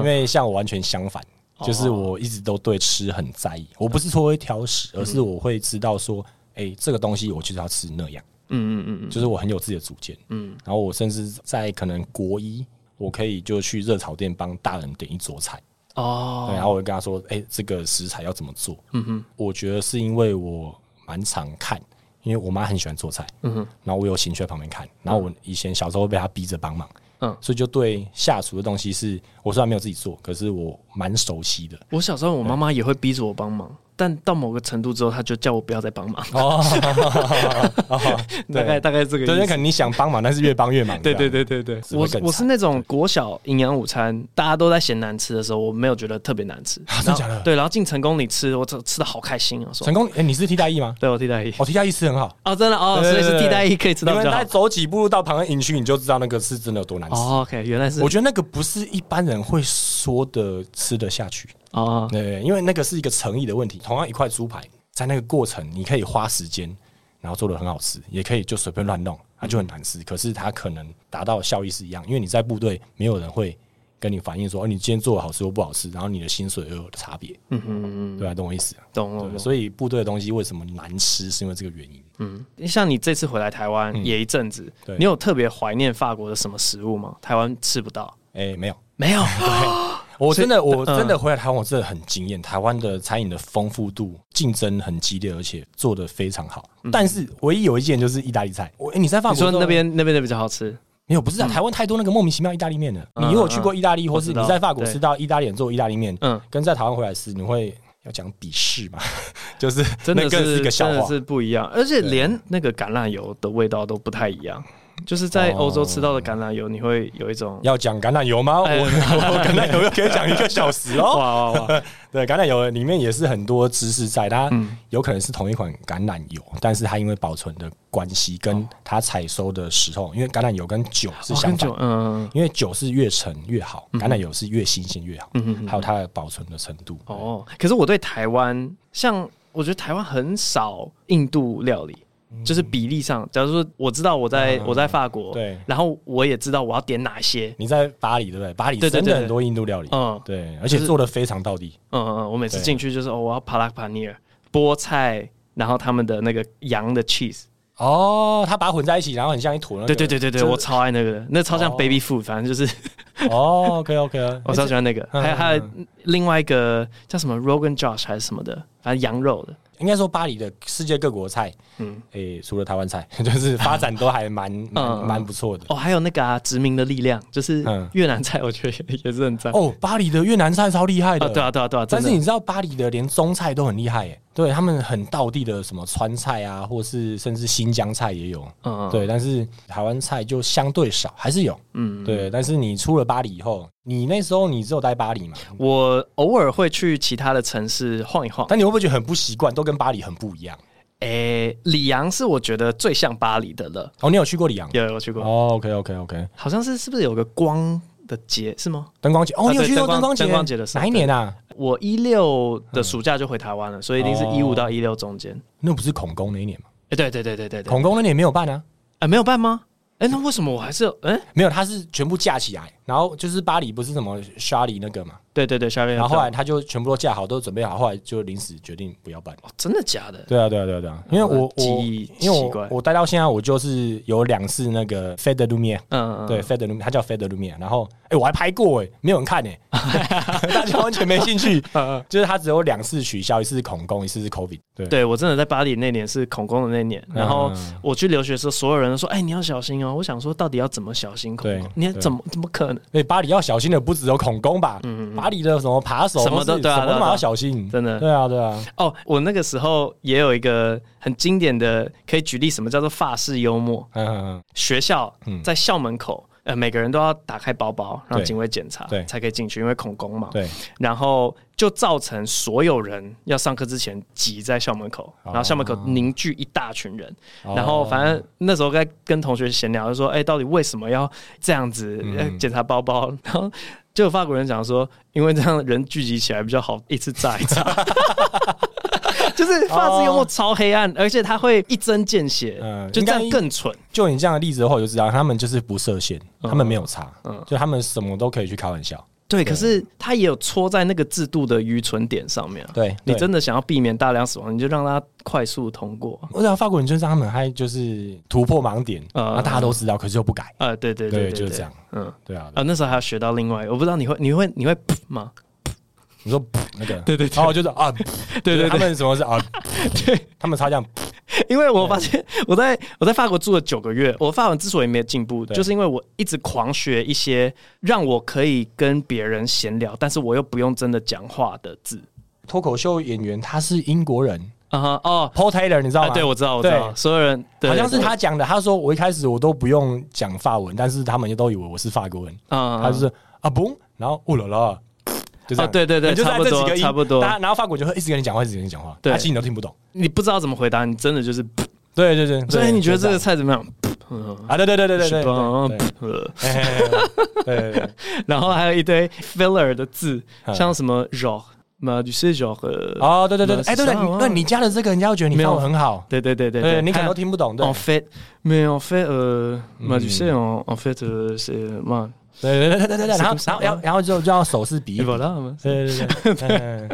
[SPEAKER 2] 因为像我完全相反，
[SPEAKER 1] 哦
[SPEAKER 2] 就是我一直都对吃很在意。我不是说会挑食，而是我会知道说，哎，这个东西我就是要吃那样。
[SPEAKER 1] 嗯嗯嗯嗯嗯，
[SPEAKER 2] 就是我很有自己的主见，嗯，然后我甚至在可能国一，我可以就去热炒店帮大人点一桌菜，对，然
[SPEAKER 1] 哦，
[SPEAKER 2] 后我就跟他说，哎、这个食材要怎么做，嗯哼，我觉得是因为我蛮常看，因因为我妈很喜欢做菜，嗯然后我有兴趣在旁边看，然后我以前小时候被她逼着帮忙，
[SPEAKER 1] 嗯
[SPEAKER 2] 嗯，所以就对下厨的东西是，我虽然没有自己做，可是我蛮熟悉的。
[SPEAKER 1] 我小时候，我妈妈也会逼着我帮忙，但到某个程度之后，她就叫我不要再帮忙。
[SPEAKER 2] 哦，
[SPEAKER 1] 哦 大概大概这个意
[SPEAKER 2] 对，那可
[SPEAKER 1] 思。
[SPEAKER 2] 能你想帮忙，但是越帮越忙。
[SPEAKER 1] 对
[SPEAKER 2] 这
[SPEAKER 1] 对
[SPEAKER 2] 样
[SPEAKER 1] 对对对，
[SPEAKER 2] 只会
[SPEAKER 1] 我
[SPEAKER 2] 更
[SPEAKER 1] 我是
[SPEAKER 2] 惨
[SPEAKER 1] 那种国小营养午餐，大家都在嫌难吃的时候，我没有觉得特别难吃。
[SPEAKER 2] 啊真
[SPEAKER 1] 然后
[SPEAKER 2] 假的
[SPEAKER 1] 对，然后进成功里吃，我吃吃的好开心啊！说
[SPEAKER 2] 成功，哎、你是替代役吗？
[SPEAKER 1] 对我替代役
[SPEAKER 2] 哦，替代役吃很好，
[SPEAKER 1] 哦，真的哦，
[SPEAKER 2] 对
[SPEAKER 1] 所以
[SPEAKER 2] 对
[SPEAKER 1] 是替代役可以吃到
[SPEAKER 2] 你
[SPEAKER 1] 比
[SPEAKER 2] 们
[SPEAKER 1] 较
[SPEAKER 2] 大概
[SPEAKER 1] 好。
[SPEAKER 2] 走几步路到旁边营区，你就知道那个是真的有多难吃。
[SPEAKER 1] 哦，OK，原来是
[SPEAKER 2] 我觉得那个不是一般人会说的吃得下去，
[SPEAKER 1] 哦，
[SPEAKER 2] 对，因为那个是一个诚意的问题。同样一块猪排，在那个过程，你可以花时间，然后做的很好吃，也可以就随便乱弄，它就很难吃。可是它可能达到的效益是一样，因为你在部队，没有人会跟你反映说，哦，你今天做的好吃或不好吃，然后你的薪水又有差别，
[SPEAKER 1] 嗯嗯嗯，
[SPEAKER 2] 对吧、懂我意思啊？
[SPEAKER 1] 懂了。
[SPEAKER 2] 对，
[SPEAKER 1] 懂
[SPEAKER 2] 所以部队的东西为什么难吃，是因为这个原因。
[SPEAKER 1] 嗯像你这次回来台湾也一阵子，
[SPEAKER 2] 嗯对
[SPEAKER 1] 你有特别怀念法国的什么食物吗？台湾吃不到，
[SPEAKER 2] 哎、没有，
[SPEAKER 1] 没 有。
[SPEAKER 2] 我真的，
[SPEAKER 1] 嗯
[SPEAKER 2] 我真的回来台湾，我真的很惊艳。台湾的餐饮的丰富度，竞争很激烈，而且做的非常好。但是唯一有一件就是意大利菜。我、欸、你在法
[SPEAKER 1] 嗯你
[SPEAKER 2] 国的时
[SPEAKER 1] 说
[SPEAKER 2] 候
[SPEAKER 1] 那边那边的比较好吃，
[SPEAKER 2] 没有？不是啊，台湾太多那个莫名其妙意大利面了。
[SPEAKER 1] 嗯
[SPEAKER 2] 你如果去过意大利，或是
[SPEAKER 1] 我知道
[SPEAKER 2] 你在法国
[SPEAKER 1] 对
[SPEAKER 2] 吃到意大利人做意大利面，
[SPEAKER 1] 嗯
[SPEAKER 2] 跟在台湾回来吃，你会要讲鄙视嘛？ 就是
[SPEAKER 1] 真的
[SPEAKER 2] 那更
[SPEAKER 1] 是
[SPEAKER 2] 一个笑
[SPEAKER 1] 真的
[SPEAKER 2] 话。
[SPEAKER 1] 是不一样，而且连那个橄榄油的味道都不太一样。就是在欧洲吃到的橄榄油，你会有一种
[SPEAKER 2] 哦要讲橄榄油吗？我
[SPEAKER 1] 哎
[SPEAKER 2] 我橄榄油又可以讲一个小时
[SPEAKER 1] 哇
[SPEAKER 2] 哦。
[SPEAKER 1] 哇 哇，
[SPEAKER 2] 对，橄榄油里面也是很多知识在，它
[SPEAKER 1] 嗯
[SPEAKER 2] 有可能是同一款橄榄油，但是它因为保存的关系，跟它采收的时候，因为橄榄油跟酒是
[SPEAKER 1] 哇
[SPEAKER 2] 相
[SPEAKER 1] 哦跟
[SPEAKER 2] 反
[SPEAKER 1] 酒，嗯，
[SPEAKER 2] 因为酒是越陈越好，橄榄油是越新鲜越好，
[SPEAKER 1] 嗯
[SPEAKER 2] 还有它的保存的程度。
[SPEAKER 1] 哦，可是我对台湾，像我觉得台湾很少印度料理。
[SPEAKER 2] 嗯
[SPEAKER 1] 就是比例上，假如说我知道我在、我在法国，
[SPEAKER 2] 对
[SPEAKER 1] 然后我也知道我要点哪些，
[SPEAKER 2] 你在巴黎对不对？巴黎
[SPEAKER 1] 对对
[SPEAKER 2] 真
[SPEAKER 1] 对对
[SPEAKER 2] 的很多印度料理，
[SPEAKER 1] 嗯
[SPEAKER 2] 对，而且做的非常到地。
[SPEAKER 1] 嗯嗯，嗯，我每次
[SPEAKER 2] 对
[SPEAKER 1] 进去就是哦，我要帕拉帕尼尔菠菜，然后他们的那个羊的 cheese，
[SPEAKER 2] 哦，它把它混在一起，然后很像一坨那个。
[SPEAKER 1] 对对对对对，
[SPEAKER 2] 就是
[SPEAKER 1] 我超爱那个的，那超像
[SPEAKER 2] 哦
[SPEAKER 1] baby food，反正就是
[SPEAKER 2] 哦，OK OK，
[SPEAKER 1] 我超喜欢那个，
[SPEAKER 2] 嗯
[SPEAKER 1] 还有
[SPEAKER 2] 嗯
[SPEAKER 1] 还有另外一个叫什么 Rogan Josh 还是什么的，反正羊肉的。
[SPEAKER 2] 应该说巴黎的世界各国菜，嗯，诶，除了台湾菜， 就是发展都还蛮
[SPEAKER 1] 嗯
[SPEAKER 2] 蛮蛮不错的。
[SPEAKER 1] 哦，还有那个啊，殖民的力量，就是
[SPEAKER 2] 嗯
[SPEAKER 1] 越南菜，我觉得也也是很赞。
[SPEAKER 2] 哦，巴黎的越南菜超厉害的、
[SPEAKER 1] 啊，对啊，对啊，对啊，
[SPEAKER 2] 但
[SPEAKER 1] 真
[SPEAKER 2] 是
[SPEAKER 1] 的
[SPEAKER 2] 你知道巴黎的连中菜都很厉害耶，对他们很道地的什么川菜啊，或是甚至新疆菜也有，
[SPEAKER 1] 嗯
[SPEAKER 2] 对，但是台湾菜就相对少，还是有，
[SPEAKER 1] 嗯，
[SPEAKER 2] 对，但是你出了巴黎以后，你那时候你只有待巴黎嘛，
[SPEAKER 1] 我偶尔会去其他的城市晃一晃。
[SPEAKER 2] 但你会不会觉得很不习惯，都跟巴黎很不一样？
[SPEAKER 1] 诶，里昂是我觉得最像巴黎的了，
[SPEAKER 2] 哦，你有去过里昂？
[SPEAKER 1] 有有去过，
[SPEAKER 2] 哦，OK OK OK，
[SPEAKER 1] 好像是是不是有个光的节是吗？
[SPEAKER 2] 灯光节，
[SPEAKER 1] 啊
[SPEAKER 2] 哦，你有
[SPEAKER 1] 对
[SPEAKER 2] 去过
[SPEAKER 1] 灯光
[SPEAKER 2] 节？
[SPEAKER 1] 灯光节的时候
[SPEAKER 2] 哪一年啊？
[SPEAKER 1] 我一六的暑假就回台湾了，所以一定是
[SPEAKER 2] 嗯哦
[SPEAKER 1] 一五到一六中间。
[SPEAKER 2] 那不是孔工那一年吗？
[SPEAKER 1] 哎，对对对对对对，
[SPEAKER 2] 孔工那年没有办啊。
[SPEAKER 1] 哎，没有办吗？哎，那为什么我还是有？哎，
[SPEAKER 2] 没有，他是全部架起来，然后就是巴黎不是什么沙里那个嘛，
[SPEAKER 1] 对对对，下面
[SPEAKER 2] 然后后来他就全部都架好，都准备好，后来就临时决定不要办。
[SPEAKER 1] 哦，真的假的？
[SPEAKER 2] 对啊，对啊，对啊，对啊，因为我
[SPEAKER 1] 记
[SPEAKER 2] 我
[SPEAKER 1] 忆
[SPEAKER 2] 因为
[SPEAKER 1] 奇怪
[SPEAKER 2] 我我待到现在，我就是有两次那个 Fed l u m i e
[SPEAKER 1] 嗯，嗯
[SPEAKER 2] 对，，Fed l u m i e 他叫 Fed l u m i e 然后哎、我还拍过哎、没有人看 哎、大家完全没兴 趣，就是他只有两次取消，一次是恐攻，一次是 COVID，对
[SPEAKER 1] 对我真的在巴黎那年是恐攻的那年，然后
[SPEAKER 2] 嗯
[SPEAKER 1] 我去留学的时候，所有人都说：“哎，你要小心哦。”我想说，到底要怎么小心恐攻
[SPEAKER 2] 对？
[SPEAKER 1] 你
[SPEAKER 2] 对
[SPEAKER 1] 怎么怎么可能？
[SPEAKER 2] 所以哎巴黎要小心的不只有恐攻吧，巴黎嗯的什么扒手
[SPEAKER 1] 什么都
[SPEAKER 2] 或是
[SPEAKER 1] 对啊
[SPEAKER 2] 什么
[SPEAKER 1] 对啊
[SPEAKER 2] 都
[SPEAKER 1] 对啊
[SPEAKER 2] 要小心，
[SPEAKER 1] 真的
[SPEAKER 2] 对啊，对啊，
[SPEAKER 1] 哦，我那个时候也有一个很经典的，可以举例什么叫做法式幽默。
[SPEAKER 2] 嗯嗯嗯。
[SPEAKER 1] 学校
[SPEAKER 2] 嗯
[SPEAKER 1] 在校门口，呃，每个人都要打开包包，让
[SPEAKER 2] 对
[SPEAKER 1] 警卫检查，
[SPEAKER 2] 对
[SPEAKER 1] 才可以进去，因为恐攻嘛。
[SPEAKER 2] 对，
[SPEAKER 1] 然后就造成所有人要上课之前挤在校门口，然后校门口凝聚一大群人。
[SPEAKER 2] 哦
[SPEAKER 1] 然后反正那时候在跟同学闲聊，就说：“哎、到底为什么要这样子
[SPEAKER 2] 嗯
[SPEAKER 1] 呃检查包包？”然后就有法国人讲说：“因为这样人聚集起来比较好，一次炸一 炸。”就是法式幽默超黑暗，而且他会一针见血，
[SPEAKER 2] 嗯
[SPEAKER 1] 就这样
[SPEAKER 2] 应该
[SPEAKER 1] 更蠢。
[SPEAKER 2] 就你这样的例子的话，我就知道他们就是不设限，
[SPEAKER 1] 嗯
[SPEAKER 2] 他们没有差，就他们什么都可以去开玩笑。
[SPEAKER 1] 对，可是他也有戳在那个制度的愚蠢点上面、啊。
[SPEAKER 2] 对
[SPEAKER 1] 你
[SPEAKER 2] 对
[SPEAKER 1] 真的想要避免大量死亡，你就让它快速通过。
[SPEAKER 2] 我想法国人就是他们还就是突破盲点，
[SPEAKER 1] 嗯
[SPEAKER 2] 啊，大家都知道，可是又不改，
[SPEAKER 1] 呃，对对对，
[SPEAKER 2] 对，就是这样。。
[SPEAKER 1] 嗯，
[SPEAKER 2] 对啊，
[SPEAKER 1] 啊，那时候还要学到另外一个，我不知道你会你会你会 噗吗？
[SPEAKER 2] 你说噗那个，
[SPEAKER 1] 对对对
[SPEAKER 2] 然后就是啊，噗
[SPEAKER 1] 对对
[SPEAKER 2] 他
[SPEAKER 1] 对
[SPEAKER 2] 们什么是啊，对，他们超像，噗
[SPEAKER 1] 因为我发现 我在我在法国住了九个月，我法文之所以没有进步，
[SPEAKER 2] 对
[SPEAKER 1] 就是因为我一直狂学一些让我可以跟别人闲聊，但是我又不用真的讲话的字。
[SPEAKER 2] 脱口秀演员他是英国人
[SPEAKER 1] 啊哈哦，
[SPEAKER 2] ，Paul Taylor，你知道
[SPEAKER 1] 啊
[SPEAKER 2] 吗？
[SPEAKER 1] 对，我知道，我知道，
[SPEAKER 2] 对
[SPEAKER 1] 所有人对
[SPEAKER 2] 好像是他讲的。他说我一开始我都不用讲法文，但是他们都以为我是法国人。
[SPEAKER 1] 啊，
[SPEAKER 2] 他就是啊嘣，然后哦啦啦，就这样
[SPEAKER 1] 哦对对对
[SPEAKER 2] 你就在这几
[SPEAKER 1] 差不
[SPEAKER 2] 个
[SPEAKER 1] 多
[SPEAKER 2] 音
[SPEAKER 1] 差不多
[SPEAKER 2] 大家然后法国就会一直跟你讲话，一直跟你讲话，
[SPEAKER 1] 对
[SPEAKER 2] 他其实你都听不懂。
[SPEAKER 1] 你不知道怎么回答，你真的就是，
[SPEAKER 2] 对对对，
[SPEAKER 1] 所以
[SPEAKER 2] 对
[SPEAKER 1] 你觉得
[SPEAKER 2] 就
[SPEAKER 1] 这个
[SPEAKER 2] 样
[SPEAKER 1] 菜怎么样？
[SPEAKER 2] 啊？对对对对对对对对对
[SPEAKER 1] 呃
[SPEAKER 2] 嘿嘿嘿对对对，
[SPEAKER 1] 然后还有一堆 filler 的字，
[SPEAKER 2] 嗯
[SPEAKER 1] 像什么 genre 嘛，就是 genre，呃
[SPEAKER 2] 哦对对对，对哎对对，
[SPEAKER 1] 马上
[SPEAKER 2] 你
[SPEAKER 1] 啊
[SPEAKER 2] 那你加的这个，人家会觉得你
[SPEAKER 1] 没有
[SPEAKER 2] 法文很好，
[SPEAKER 1] 对对对对哦
[SPEAKER 2] 对你可
[SPEAKER 1] 还
[SPEAKER 2] 能
[SPEAKER 1] 有
[SPEAKER 2] 都听不懂，对嗯
[SPEAKER 1] En fait, mais en fait, euh, bah, tu sais, en, en fait, euh, c'est moi.
[SPEAKER 2] 对对对对对对，
[SPEAKER 1] 是
[SPEAKER 2] 然后
[SPEAKER 1] 不是
[SPEAKER 2] 然后要然后就就要手势比一
[SPEAKER 1] Et
[SPEAKER 2] 比，
[SPEAKER 1] voilà, moi.
[SPEAKER 2] 对对对 对嗯，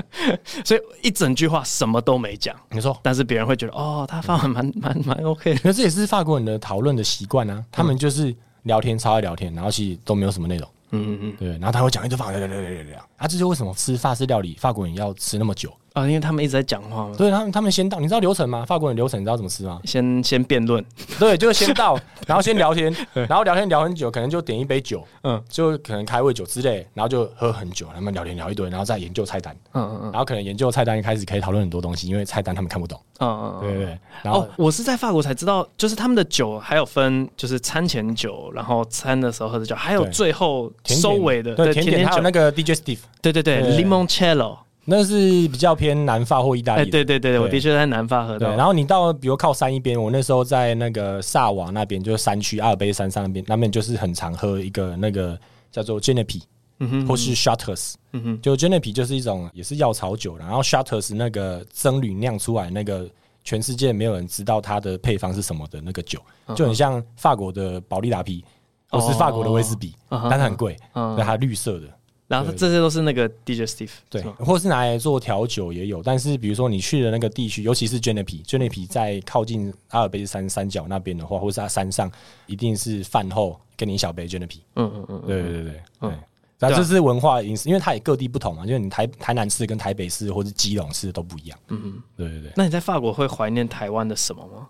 [SPEAKER 1] 所以一整句话什么都没讲，
[SPEAKER 2] 你说。
[SPEAKER 1] 但是别人会觉得哦，他发文蛮蛮蛮 OK 的。
[SPEAKER 2] 可是这也是法国人的讨论的习惯啊，他们就是聊天超爱聊天，然后其实都没有什么内容。
[SPEAKER 1] 嗯嗯嗯
[SPEAKER 2] 对，然后他会讲一堆法文，聊聊聊聊聊。啊，这就为什么吃法式料理，法国人要吃那么久。
[SPEAKER 1] 啊，因为他们一直在讲话嘛，？
[SPEAKER 2] 对他们，他们先到，你知道流程吗？法国人流程你知道怎么吃吗
[SPEAKER 1] 先先辩论，
[SPEAKER 2] 对，就是先到，然后先 聊天，然后聊天聊很久，可能就点一杯酒，
[SPEAKER 1] 嗯
[SPEAKER 2] 嗯，就可能开胃酒之类，然后就喝很久，他们聊天聊一堆，然后再研究菜单，
[SPEAKER 1] 嗯嗯嗯
[SPEAKER 2] 然后可能研究菜单开始可以讨论很多东西，因为菜单他们看不懂，
[SPEAKER 1] 嗯嗯
[SPEAKER 2] 对
[SPEAKER 1] 嗯。
[SPEAKER 2] 对对。然后
[SPEAKER 1] 哦，我是在法国才知道，就是他们的酒还有分，就是餐前酒，然后餐的时候喝的酒，还有
[SPEAKER 2] 对
[SPEAKER 1] 最后
[SPEAKER 2] 甜点
[SPEAKER 1] 收尾的
[SPEAKER 2] 对甜点，还有
[SPEAKER 1] 酒
[SPEAKER 2] 那，个 DJ Steve，
[SPEAKER 1] 对对对
[SPEAKER 2] 对
[SPEAKER 1] ，limoncello，
[SPEAKER 2] 那是比较偏南法或意大
[SPEAKER 1] 哎，
[SPEAKER 2] 利的。
[SPEAKER 1] 对对对，我
[SPEAKER 2] 对
[SPEAKER 1] 的确在南法喝
[SPEAKER 2] 对，
[SPEAKER 1] 到
[SPEAKER 2] 然，后你到比如靠山一边，我那时候在那个萨瓦那边，就是山区阿尔卑山上那边，那边就是很常喝一个那个叫做 Genepi，
[SPEAKER 1] 嗯哼
[SPEAKER 2] 或是 Shutters，
[SPEAKER 1] 嗯哼，
[SPEAKER 2] 就 Genepi 就是一种也是药草酒，然后 Shutters 那个僧侣酿出来那个全世界没有人知道它的配方是什么的那个酒，
[SPEAKER 1] 嗯
[SPEAKER 2] 就很像法国的保利达啤，或是法国的威士忌，
[SPEAKER 1] 哦
[SPEAKER 2] 但是很贵，
[SPEAKER 1] 嗯
[SPEAKER 2] 那它绿色的。
[SPEAKER 1] 然后这些都是那个 DJ Steve，
[SPEAKER 2] 对
[SPEAKER 1] 是吗，
[SPEAKER 2] 或是拿来做调酒也有，但是比如说你去的那个地区，尤其是 Genepi，Genepi 在靠近阿尔卑山山脚那边的话，或是它山上，一定是饭后给你一小杯 Genepi。
[SPEAKER 1] 嗯嗯嗯，
[SPEAKER 2] 对对对对，
[SPEAKER 1] 嗯
[SPEAKER 2] 对。然后
[SPEAKER 1] 对啊
[SPEAKER 2] 这是文化饮食，因为它也各地不同嘛，就是你台台南市跟台北市或是基隆市都不一样。嗯嗯，对对对。
[SPEAKER 1] 那你在法国会怀念台湾的什么吗？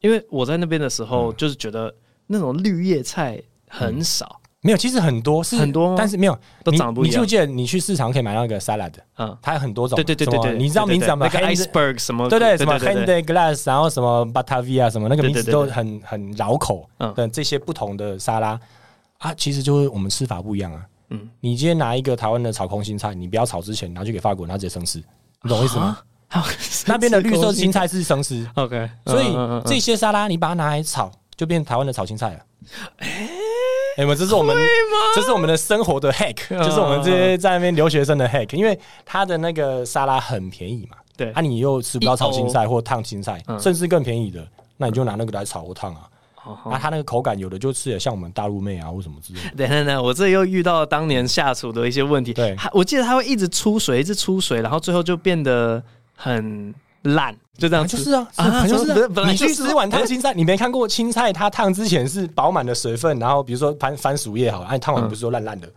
[SPEAKER 1] 因为我在那边的时候，就是觉得那种绿叶菜很少，
[SPEAKER 2] 没有，其实很多是
[SPEAKER 1] 很多吗啊
[SPEAKER 2] 但是没有
[SPEAKER 1] 都
[SPEAKER 2] 你
[SPEAKER 1] 长得不一
[SPEAKER 2] 你记
[SPEAKER 1] 样
[SPEAKER 2] 不记得你去市场可以买到那个 salad，
[SPEAKER 1] 嗯，
[SPEAKER 2] 它有很多种。
[SPEAKER 1] 对对对对
[SPEAKER 2] 什
[SPEAKER 1] 对，
[SPEAKER 2] 么你知道
[SPEAKER 1] 对对
[SPEAKER 2] 名字
[SPEAKER 1] 对
[SPEAKER 2] 吗？
[SPEAKER 1] 那个
[SPEAKER 2] Hand-
[SPEAKER 1] iceberg 什么，
[SPEAKER 2] 对对，
[SPEAKER 1] 对
[SPEAKER 2] 什么
[SPEAKER 1] 对
[SPEAKER 2] Hand a Glass，然后什么 Batavia 什么那个
[SPEAKER 1] 对对
[SPEAKER 2] 名字
[SPEAKER 1] 对
[SPEAKER 2] 都
[SPEAKER 1] 对
[SPEAKER 2] 很很绕口
[SPEAKER 1] 嗯
[SPEAKER 2] 的这些不同的沙拉啊，其实就是我们吃法不一样啊。
[SPEAKER 1] 嗯
[SPEAKER 2] 嗯，你今天拿一个台湾的炒空心菜，你不要炒之前拿去给法国人，他直接生吃，你懂我意思
[SPEAKER 1] 啊
[SPEAKER 2] 吗？那边的绿色 青菜是生吃，
[SPEAKER 1] ，OK，
[SPEAKER 2] 所以
[SPEAKER 1] 嗯嗯嗯嗯
[SPEAKER 2] 这些沙拉你把它拿来炒，就变台湾的炒青菜了。哎，我们这是我们这是我们的生活的 hack，
[SPEAKER 1] 嗯
[SPEAKER 2] 就是我们这些在那边留学生的 hack，因为它的那个沙拉很便宜嘛。
[SPEAKER 1] 对
[SPEAKER 2] 啊，你又吃不到炒青菜或烫青菜，
[SPEAKER 1] 嗯
[SPEAKER 2] 甚至更便宜的，那你就拿那个来炒或烫啊。
[SPEAKER 1] 哦
[SPEAKER 2] 啊，它那个口感有的就吃的像我们大陆妹啊或什么之类 的。
[SPEAKER 1] 等等等，我这又遇到当年下厨的一些问题。
[SPEAKER 2] 对
[SPEAKER 1] 它，我记得它会一直出水，一直出水，然后最后就变得很烂，就这样
[SPEAKER 2] 啊，
[SPEAKER 1] 子。
[SPEAKER 2] 就是啊，是
[SPEAKER 1] 啊
[SPEAKER 2] 啊，就
[SPEAKER 1] 什么
[SPEAKER 2] 是
[SPEAKER 1] 本来本
[SPEAKER 2] 啊
[SPEAKER 1] 来
[SPEAKER 2] 你
[SPEAKER 1] 就
[SPEAKER 2] 去
[SPEAKER 1] 是啊
[SPEAKER 2] 吃碗烫青菜，你没看过青菜它烫之前是饱满的水分，然后比如说番番薯叶好了，哎，烫完不是说烂烂的，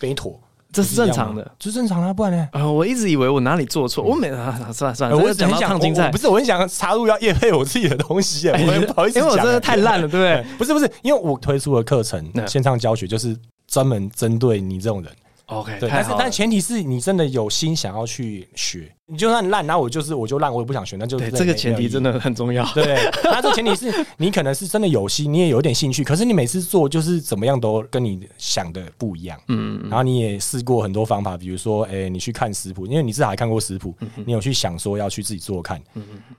[SPEAKER 2] 变一坨，
[SPEAKER 1] 嗯这是正常的
[SPEAKER 2] 不是一样吗，这是正常啊，不然呢？
[SPEAKER 1] 啊、我一直以为我哪里做错，我每啊 算了算了，
[SPEAKER 2] 哎
[SPEAKER 1] 这
[SPEAKER 2] 我
[SPEAKER 1] 个
[SPEAKER 2] 只
[SPEAKER 1] 讲
[SPEAKER 2] 很
[SPEAKER 1] 到
[SPEAKER 2] 想
[SPEAKER 1] 烫青
[SPEAKER 2] 我
[SPEAKER 1] 菜
[SPEAKER 2] 我不，是，我很想插入要夜配我自己的东西，哎我也不好意 思
[SPEAKER 1] 因
[SPEAKER 2] 讲，
[SPEAKER 1] 为我真的
[SPEAKER 2] 哎
[SPEAKER 1] 太烂了，对不 对？
[SPEAKER 2] 不是不是，因为我推出的课程
[SPEAKER 1] 嗯
[SPEAKER 2] 线上教学就是专门针对你这种人。
[SPEAKER 1] OK，
[SPEAKER 2] 对，
[SPEAKER 1] 太
[SPEAKER 2] 但是
[SPEAKER 1] 好了
[SPEAKER 2] 但前提是你真的有心想要去学，你就算烂，那我就是我就烂，我也不想学，那就
[SPEAKER 1] 对
[SPEAKER 2] 真的
[SPEAKER 1] 这个
[SPEAKER 2] 没
[SPEAKER 1] 前提真。
[SPEAKER 2] 没有意义
[SPEAKER 1] 的很重要。
[SPEAKER 2] 对，那这前提是你可能是真的有心，你也有点兴趣，可是你每次做就是怎么样都跟你想的不一样。嗯，然后你也试过很多方法，比如说，哎、你去看食谱，因为你至少还看过食谱，你有去想说要去自己做看。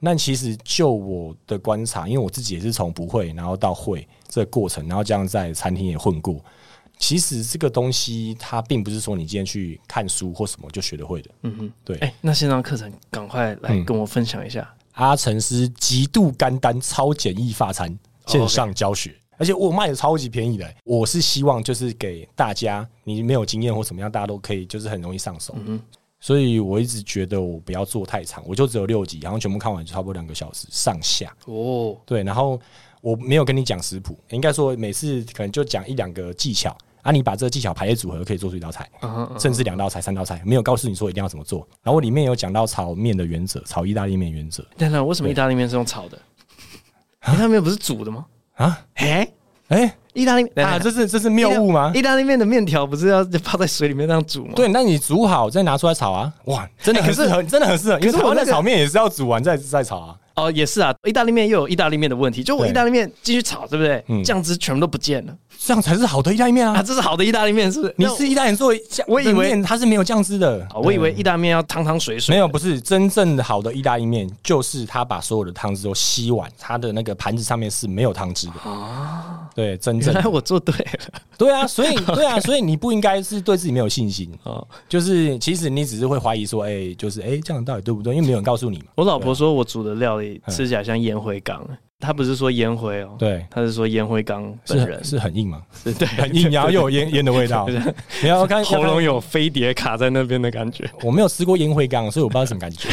[SPEAKER 2] 那其实就我的观察，因为我自己也是从不会然后到会这个过程，然后这样在餐厅也混过。其实这个东西它并不是说你今天去看书或什么就学得会的。
[SPEAKER 1] 嗯哼，
[SPEAKER 2] 对，
[SPEAKER 1] 哎、那线上课程赶快来
[SPEAKER 2] 嗯
[SPEAKER 1] 跟我分享一下。
[SPEAKER 2] 阿成是极度干单、超简易发餐线上教学。而且我卖的超级便宜的、我是希望就是给大家，你没有经验或怎么样，大家都可以就是很容易上手。所以我一直觉得我不要做太长，我就只有六集，然后全部看完就差不多两个小时上下。
[SPEAKER 1] 哦，
[SPEAKER 2] 对，然后我没有跟你讲食谱，应该说每次可能就讲一两个技巧啊，你把这个技巧排列组合可以做出一道菜，甚至两道菜、三道菜，没有告诉你说一定要怎么做。然后我里面有讲到炒面的原则，炒意大利面原则，
[SPEAKER 1] 等等，为什么意大利面是用炒的？ 意大利面不是煮的吗？
[SPEAKER 2] 啊？
[SPEAKER 1] 哎，
[SPEAKER 2] 哎、
[SPEAKER 1] 意大利面
[SPEAKER 2] 啊，这是这是谬误吗
[SPEAKER 1] 意？大利面的面条不是要泡在水里面这样煮吗？
[SPEAKER 2] 对，那你煮好再拿出来炒啊！哇，真的
[SPEAKER 1] 哎
[SPEAKER 2] 很
[SPEAKER 1] 可是
[SPEAKER 2] 适合，真的很适合。因为
[SPEAKER 1] 可是
[SPEAKER 2] 台
[SPEAKER 1] 我
[SPEAKER 2] 湾的
[SPEAKER 1] 那个
[SPEAKER 2] 炒面也是要煮完再再炒啊。
[SPEAKER 1] 哦，也是啊，意大利面又有意大利面的问题，就我
[SPEAKER 2] 对
[SPEAKER 1] 意大利面继续炒，对不对？
[SPEAKER 2] 嗯
[SPEAKER 1] 酱汁全部都不见了
[SPEAKER 2] 这样才是好的意大利面
[SPEAKER 1] 啊！
[SPEAKER 2] 啊！
[SPEAKER 1] 这是好的意大利面是不是？
[SPEAKER 2] 你
[SPEAKER 1] 那
[SPEAKER 2] 是意大利人做酱，
[SPEAKER 1] 我以
[SPEAKER 2] 的
[SPEAKER 1] 为
[SPEAKER 2] 面它是没有酱汁的
[SPEAKER 1] 哦，我以为
[SPEAKER 2] 对
[SPEAKER 1] 意大利面要汤汤水水，
[SPEAKER 2] 没有，不是真正好的意大利面，就是它把所有的汤汁都吸完，它的那个盘子上面是没有汤汁的。对，真正
[SPEAKER 1] 哦 原
[SPEAKER 2] 的
[SPEAKER 1] 来我做对了
[SPEAKER 2] 对 啊，所以对啊，所以你不应该是对自己没有信心，
[SPEAKER 1] 哦。
[SPEAKER 2] 就是其实你只是会怀疑说，哎、就是哎、这样到底对不对？因为没有人告诉你嘛。
[SPEAKER 1] 我老婆说我煮的料理吃起来像烟灰缸，她不是说烟灰哦，
[SPEAKER 2] 对，
[SPEAKER 1] 她是说烟灰缸
[SPEAKER 2] 是
[SPEAKER 1] 本人
[SPEAKER 2] 很是很硬嘛，
[SPEAKER 1] 是 对，
[SPEAKER 2] 很硬，然后又有烟烟的味 道。你要看
[SPEAKER 1] 喉咙
[SPEAKER 2] 有，
[SPEAKER 1] 有飞碟卡在那边的感觉。
[SPEAKER 2] 我没有吃过烟灰缸，所以我不知道是什么 感觉。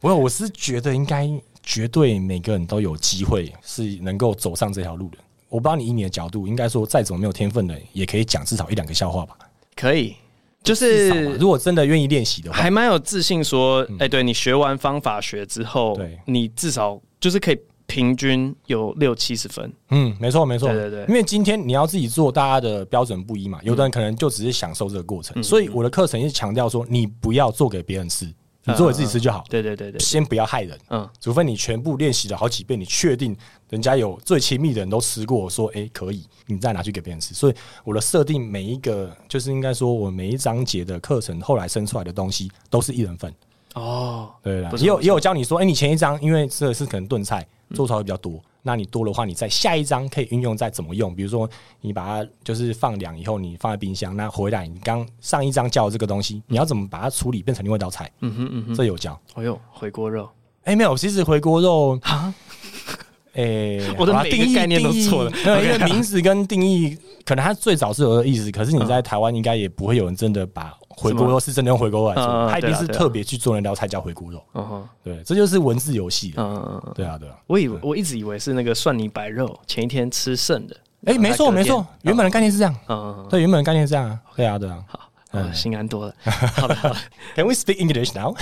[SPEAKER 2] 不过我是觉得应该绝对每个人都有机会是能够走上这条路的。我不知道你以你的角度，应该说再怎么没有天分的人，也可以讲至少一两个笑话吧。
[SPEAKER 1] 可以，就
[SPEAKER 2] 至少吧
[SPEAKER 1] 是
[SPEAKER 2] 如果真的愿意练习的话
[SPEAKER 1] 还，蛮有自信说，哎、对你学完方法学之后
[SPEAKER 2] 嗯对，
[SPEAKER 1] 你至少就是可以平均有六七十分。
[SPEAKER 2] 嗯，没错没错，
[SPEAKER 1] 对对对嗯
[SPEAKER 2] 因为今天你要自己做，大家的标准不一嘛，有的人可能就只是享受这个过程，所以我的课程是强调说，你不要做给别人吃，你做给自己吃就好，
[SPEAKER 1] 嗯对对对对，
[SPEAKER 2] 先不要害人，
[SPEAKER 1] 嗯，
[SPEAKER 2] 除非你全部练习了好几遍，你确定人家有最亲密的人都吃过，说诶可以，你再拿去给别人吃。所以我的设定每一个就是应该说，我每一章节的课程后来生出来的东西都是一人份，
[SPEAKER 1] 哦，
[SPEAKER 2] 对啦
[SPEAKER 1] 不，错
[SPEAKER 2] 也有也有教你说，哎、你前一章因为这是可能炖菜做出来会比较多，那你多的话，你在下一章可以运用在怎么用？比如说你把它就是放凉以后，你放在冰箱，那回来你刚上一章教的这个东西，你要怎么把它处理变成另外一道菜？
[SPEAKER 1] 嗯哼嗯哼，
[SPEAKER 2] 这有教。
[SPEAKER 1] 哎呦，回锅肉，
[SPEAKER 2] 哎、没有，其实回锅肉
[SPEAKER 1] 啊，
[SPEAKER 2] 哎、
[SPEAKER 1] 我的
[SPEAKER 2] 好啦
[SPEAKER 1] 每个
[SPEAKER 2] 定义
[SPEAKER 1] 概念都错了
[SPEAKER 2] 定义没有
[SPEAKER 1] OK，
[SPEAKER 2] 因为名字跟定义，可能它最早是有的意思，可是
[SPEAKER 1] 嗯
[SPEAKER 2] 你在台湾应该也不会有人真的把回锅肉是真的用回锅肉来
[SPEAKER 1] 嗯嗯
[SPEAKER 2] 做，
[SPEAKER 1] 嗯
[SPEAKER 2] 它一定
[SPEAKER 1] 对啊
[SPEAKER 2] 是
[SPEAKER 1] 对啊
[SPEAKER 2] 特别去做那道菜叫回锅肉。
[SPEAKER 1] 嗯哼，
[SPEAKER 2] 对，这就是文字游戏了。
[SPEAKER 1] 嗯嗯嗯，
[SPEAKER 2] 对啊，对啊，
[SPEAKER 1] 我以为我一直以为是那个蒜泥白肉，前一天吃剩的。
[SPEAKER 2] 哎、没错没错，
[SPEAKER 1] 本
[SPEAKER 2] 原本的概念是这样，
[SPEAKER 1] 嗯，嗯
[SPEAKER 2] 对，原本的概念是这样啊，对啊，对啊。
[SPEAKER 1] 好，嗯心安多了。好的，好的
[SPEAKER 2] Can we speak English now？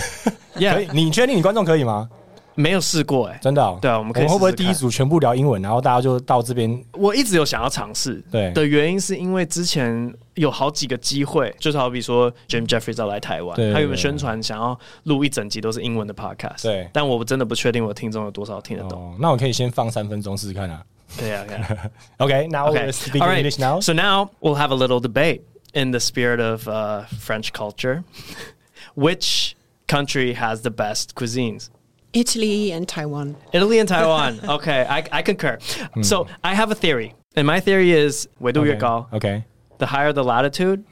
[SPEAKER 2] 可 以
[SPEAKER 1] ，Yeah，，
[SPEAKER 2] 你确定你观众可以吗？
[SPEAKER 1] 没有试过哎，
[SPEAKER 2] 真的、哦？
[SPEAKER 1] 对啊我们可以
[SPEAKER 2] 会不会
[SPEAKER 1] 试试
[SPEAKER 2] 第
[SPEAKER 1] 看
[SPEAKER 2] 一组全部聊英文，然后大家就到这边？
[SPEAKER 1] 我一直有想要尝试，
[SPEAKER 2] 对
[SPEAKER 1] 的原因是因为之前有好几个机会，就是好比说 Jim Jeffries 要来台湾
[SPEAKER 2] 对，
[SPEAKER 1] 他原本宣传想要录一整集都是英文的 podcast，
[SPEAKER 2] 对
[SPEAKER 1] 但我真的不确定我听众有多少听得懂。
[SPEAKER 2] 哦，那我可以先放三分钟试试看啊。
[SPEAKER 1] 对啊，对啊。
[SPEAKER 2] OK，now、
[SPEAKER 1] Okay.
[SPEAKER 2] we speak
[SPEAKER 1] All right.
[SPEAKER 2] English now。
[SPEAKER 1] So now we'll have a little debate in the spirit of uh, French culture. Which country has the best cuisines?
[SPEAKER 3] Italy and Taiwan.
[SPEAKER 1] Italy and Taiwan. okay, I, I concur. So I have a theory, and my theory is
[SPEAKER 2] Hmm. Okay.
[SPEAKER 1] Weduyakal.
[SPEAKER 2] Okay.
[SPEAKER 1] The higher the latitude,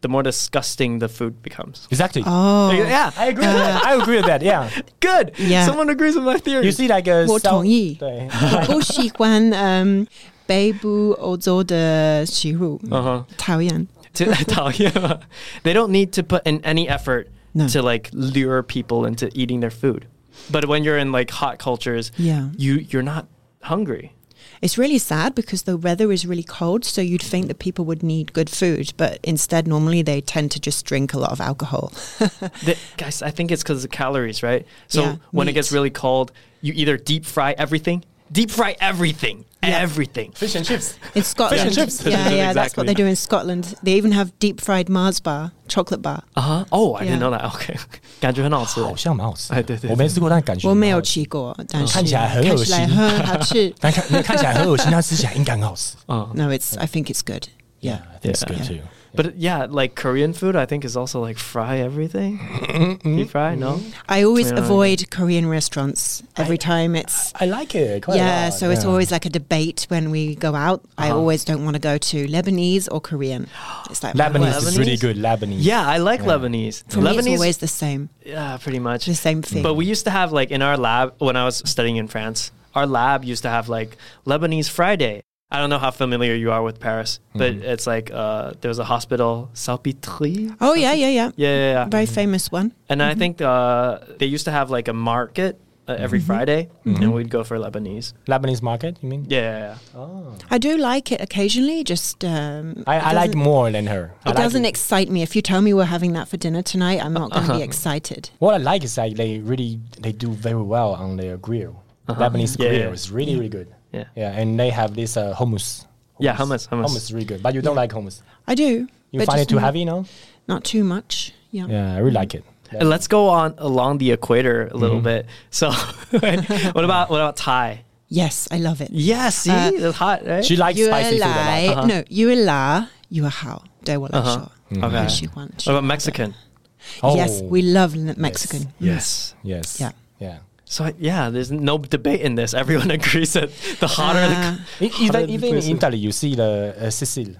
[SPEAKER 1] the more disgusting the food becomes.
[SPEAKER 2] Exactly.
[SPEAKER 3] Oh,
[SPEAKER 1] Yeah,
[SPEAKER 2] I agree. With that. I agree with that. Yeah.
[SPEAKER 1] good.
[SPEAKER 3] Yeah.
[SPEAKER 1] Someone agrees with my theory.
[SPEAKER 2] You see, like uh, a
[SPEAKER 3] 我
[SPEAKER 2] South-
[SPEAKER 3] 同意
[SPEAKER 2] 对，
[SPEAKER 3] 我不喜欢嗯北部欧洲的食物，
[SPEAKER 1] Uh-huh.
[SPEAKER 3] 讨厌。
[SPEAKER 1] To- Taoyama. they don't need to put in any effort
[SPEAKER 3] No.
[SPEAKER 1] to like lure people into eating their food. But when you're in like hot cultures,
[SPEAKER 3] Yeah.
[SPEAKER 1] you you're not hungry.
[SPEAKER 3] It's really sad because the weather is really cold, so you'd think that people would need good food, but instead, normally they tend to just drink a lot of alcohol.
[SPEAKER 1] The, guys, I think it's because of calories, right? So
[SPEAKER 3] Yeah,
[SPEAKER 1] when it
[SPEAKER 3] meat.
[SPEAKER 1] gets really cold, you either deep fry everything, deep fry everything,
[SPEAKER 3] Yeah.
[SPEAKER 1] everything.
[SPEAKER 2] fish and chips.
[SPEAKER 3] In Scotland,
[SPEAKER 2] chips.
[SPEAKER 3] yeah, yeah, that's
[SPEAKER 1] Exactly.
[SPEAKER 3] what they do in Scotland. They even have deep fried Mars bar, chocolate bar.
[SPEAKER 1] Uh huh. Oh, I didn't
[SPEAKER 3] Yeah.
[SPEAKER 1] know
[SPEAKER 3] Oh,
[SPEAKER 1] that. Okay, 感觉很好吃。
[SPEAKER 2] 好像蛮好吃的。
[SPEAKER 1] 哎对对对
[SPEAKER 2] 我没吃过，但感觉
[SPEAKER 3] 我没
[SPEAKER 2] 蛮
[SPEAKER 3] 有
[SPEAKER 2] 好吃。
[SPEAKER 3] 吃过，但是
[SPEAKER 2] 看起来很恶心
[SPEAKER 3] 看起来很好吃
[SPEAKER 2] 但看你看起来很恶心，但吃起来应该很好吃。
[SPEAKER 1] Uh-huh.
[SPEAKER 3] No, it's. I think it's good. Yeah.
[SPEAKER 2] I think it's good
[SPEAKER 3] Yeah.
[SPEAKER 2] too.
[SPEAKER 1] But yeah, like Korean food, I think is also like fry everything.
[SPEAKER 3] Mm-hmm.
[SPEAKER 1] deep fry? No.
[SPEAKER 3] I always
[SPEAKER 1] Yeah, I
[SPEAKER 3] avoid Korean restaurants every time it's.
[SPEAKER 2] I like it. quite a
[SPEAKER 3] Yeah,
[SPEAKER 2] lot. Uh-huh.
[SPEAKER 3] so it's always like a debate when we go out. I always don't want to go to Lebanese or Korean. It's like
[SPEAKER 2] Lebanese is really
[SPEAKER 1] Lebanese?
[SPEAKER 2] good. Lebanese.
[SPEAKER 1] Yeah, I like Lebanese.
[SPEAKER 3] For me,
[SPEAKER 1] Lebanese,
[SPEAKER 3] it's always the same,
[SPEAKER 1] yeah, pretty much.
[SPEAKER 3] the same thing.
[SPEAKER 1] But we used to have like in our lab when I was studying in France, our lab used to have like Lebanese Friday. I don't know how familiar you are with Paris, but
[SPEAKER 3] Mm-hmm.
[SPEAKER 1] it's like uh, there was a hospital, Salpêtrière.
[SPEAKER 3] oh yeah, yeah, yeah,
[SPEAKER 1] Yeah, yeah, yeah.
[SPEAKER 3] Very famous one.
[SPEAKER 1] And I think uh, they used to have like a market uh, every
[SPEAKER 3] Mm-hmm.
[SPEAKER 1] Friday, and we'd go for Lebanese.
[SPEAKER 2] Lebanese market. You mean?
[SPEAKER 1] Yeah, yeah, yeah.
[SPEAKER 3] I do like it occasionally. Just um,
[SPEAKER 2] I,
[SPEAKER 3] it
[SPEAKER 2] I like
[SPEAKER 3] doesn't-
[SPEAKER 2] more than her. I
[SPEAKER 3] It
[SPEAKER 2] like
[SPEAKER 3] doesn't excite me. If you tell me we're having that for dinner tonight, I'm not going to be excited.
[SPEAKER 2] What I like is like they really they do very well on their grill. Lebanese
[SPEAKER 1] Yeah,
[SPEAKER 2] Korea
[SPEAKER 1] yeah.
[SPEAKER 2] is really really good.
[SPEAKER 1] Yeah.
[SPEAKER 2] yeah, and they have this uh, hummus.
[SPEAKER 1] Yeah, hummus, hummus.
[SPEAKER 2] hummus is really good, but you don't like hummus.
[SPEAKER 3] I do.
[SPEAKER 2] You
[SPEAKER 3] but
[SPEAKER 2] find it
[SPEAKER 3] just
[SPEAKER 2] too
[SPEAKER 3] not-
[SPEAKER 2] heavy, no?
[SPEAKER 3] Not too much. Yeah.
[SPEAKER 2] Yeah, I really like it.
[SPEAKER 1] And let's go on along the equator a little bit. So, what about what about Thai?
[SPEAKER 3] Yes, I love it.
[SPEAKER 1] Yeah, see,
[SPEAKER 3] Uh,
[SPEAKER 1] it's hot, right?
[SPEAKER 2] She likes
[SPEAKER 3] you are
[SPEAKER 2] spicy food a lot. Uh-huh.
[SPEAKER 3] lie. No, you are la. You are how. Do what I show.
[SPEAKER 1] Okay.
[SPEAKER 3] What you want.
[SPEAKER 1] what about Mexican?
[SPEAKER 2] Mm-hmm. Oh.
[SPEAKER 3] Yes, we love n- Mexican.
[SPEAKER 1] Yes.
[SPEAKER 2] Yes.
[SPEAKER 3] Yeah.
[SPEAKER 2] Yeah.
[SPEAKER 1] Hmm. So yeah, there's no debate in this. Everyone agrees that the hotter
[SPEAKER 3] Ah.
[SPEAKER 1] the
[SPEAKER 2] E- Even even in
[SPEAKER 1] Listen.
[SPEAKER 2] Italy, you see the uh, 呃西西西
[SPEAKER 3] Yes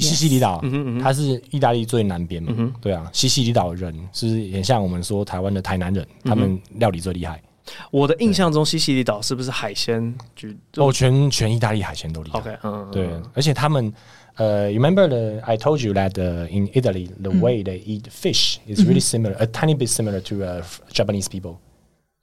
[SPEAKER 2] 西西里岛，它是意大利最南边嘛？对啊，西西里岛人是不是也像我们说台湾的台南人，他们料理最厉害。
[SPEAKER 1] 我的印象中，西西里岛是不是海鲜居多
[SPEAKER 2] 哦，全全意大利海鲜都厉害。
[SPEAKER 1] ？OK，嗯，嗯
[SPEAKER 2] 对，而且他们呃，you，remember the I told you that uh, in Italy the way they eat fish is
[SPEAKER 3] Mm-hmm.
[SPEAKER 2] really similar, a tiny bit similar to uh, Japanese people.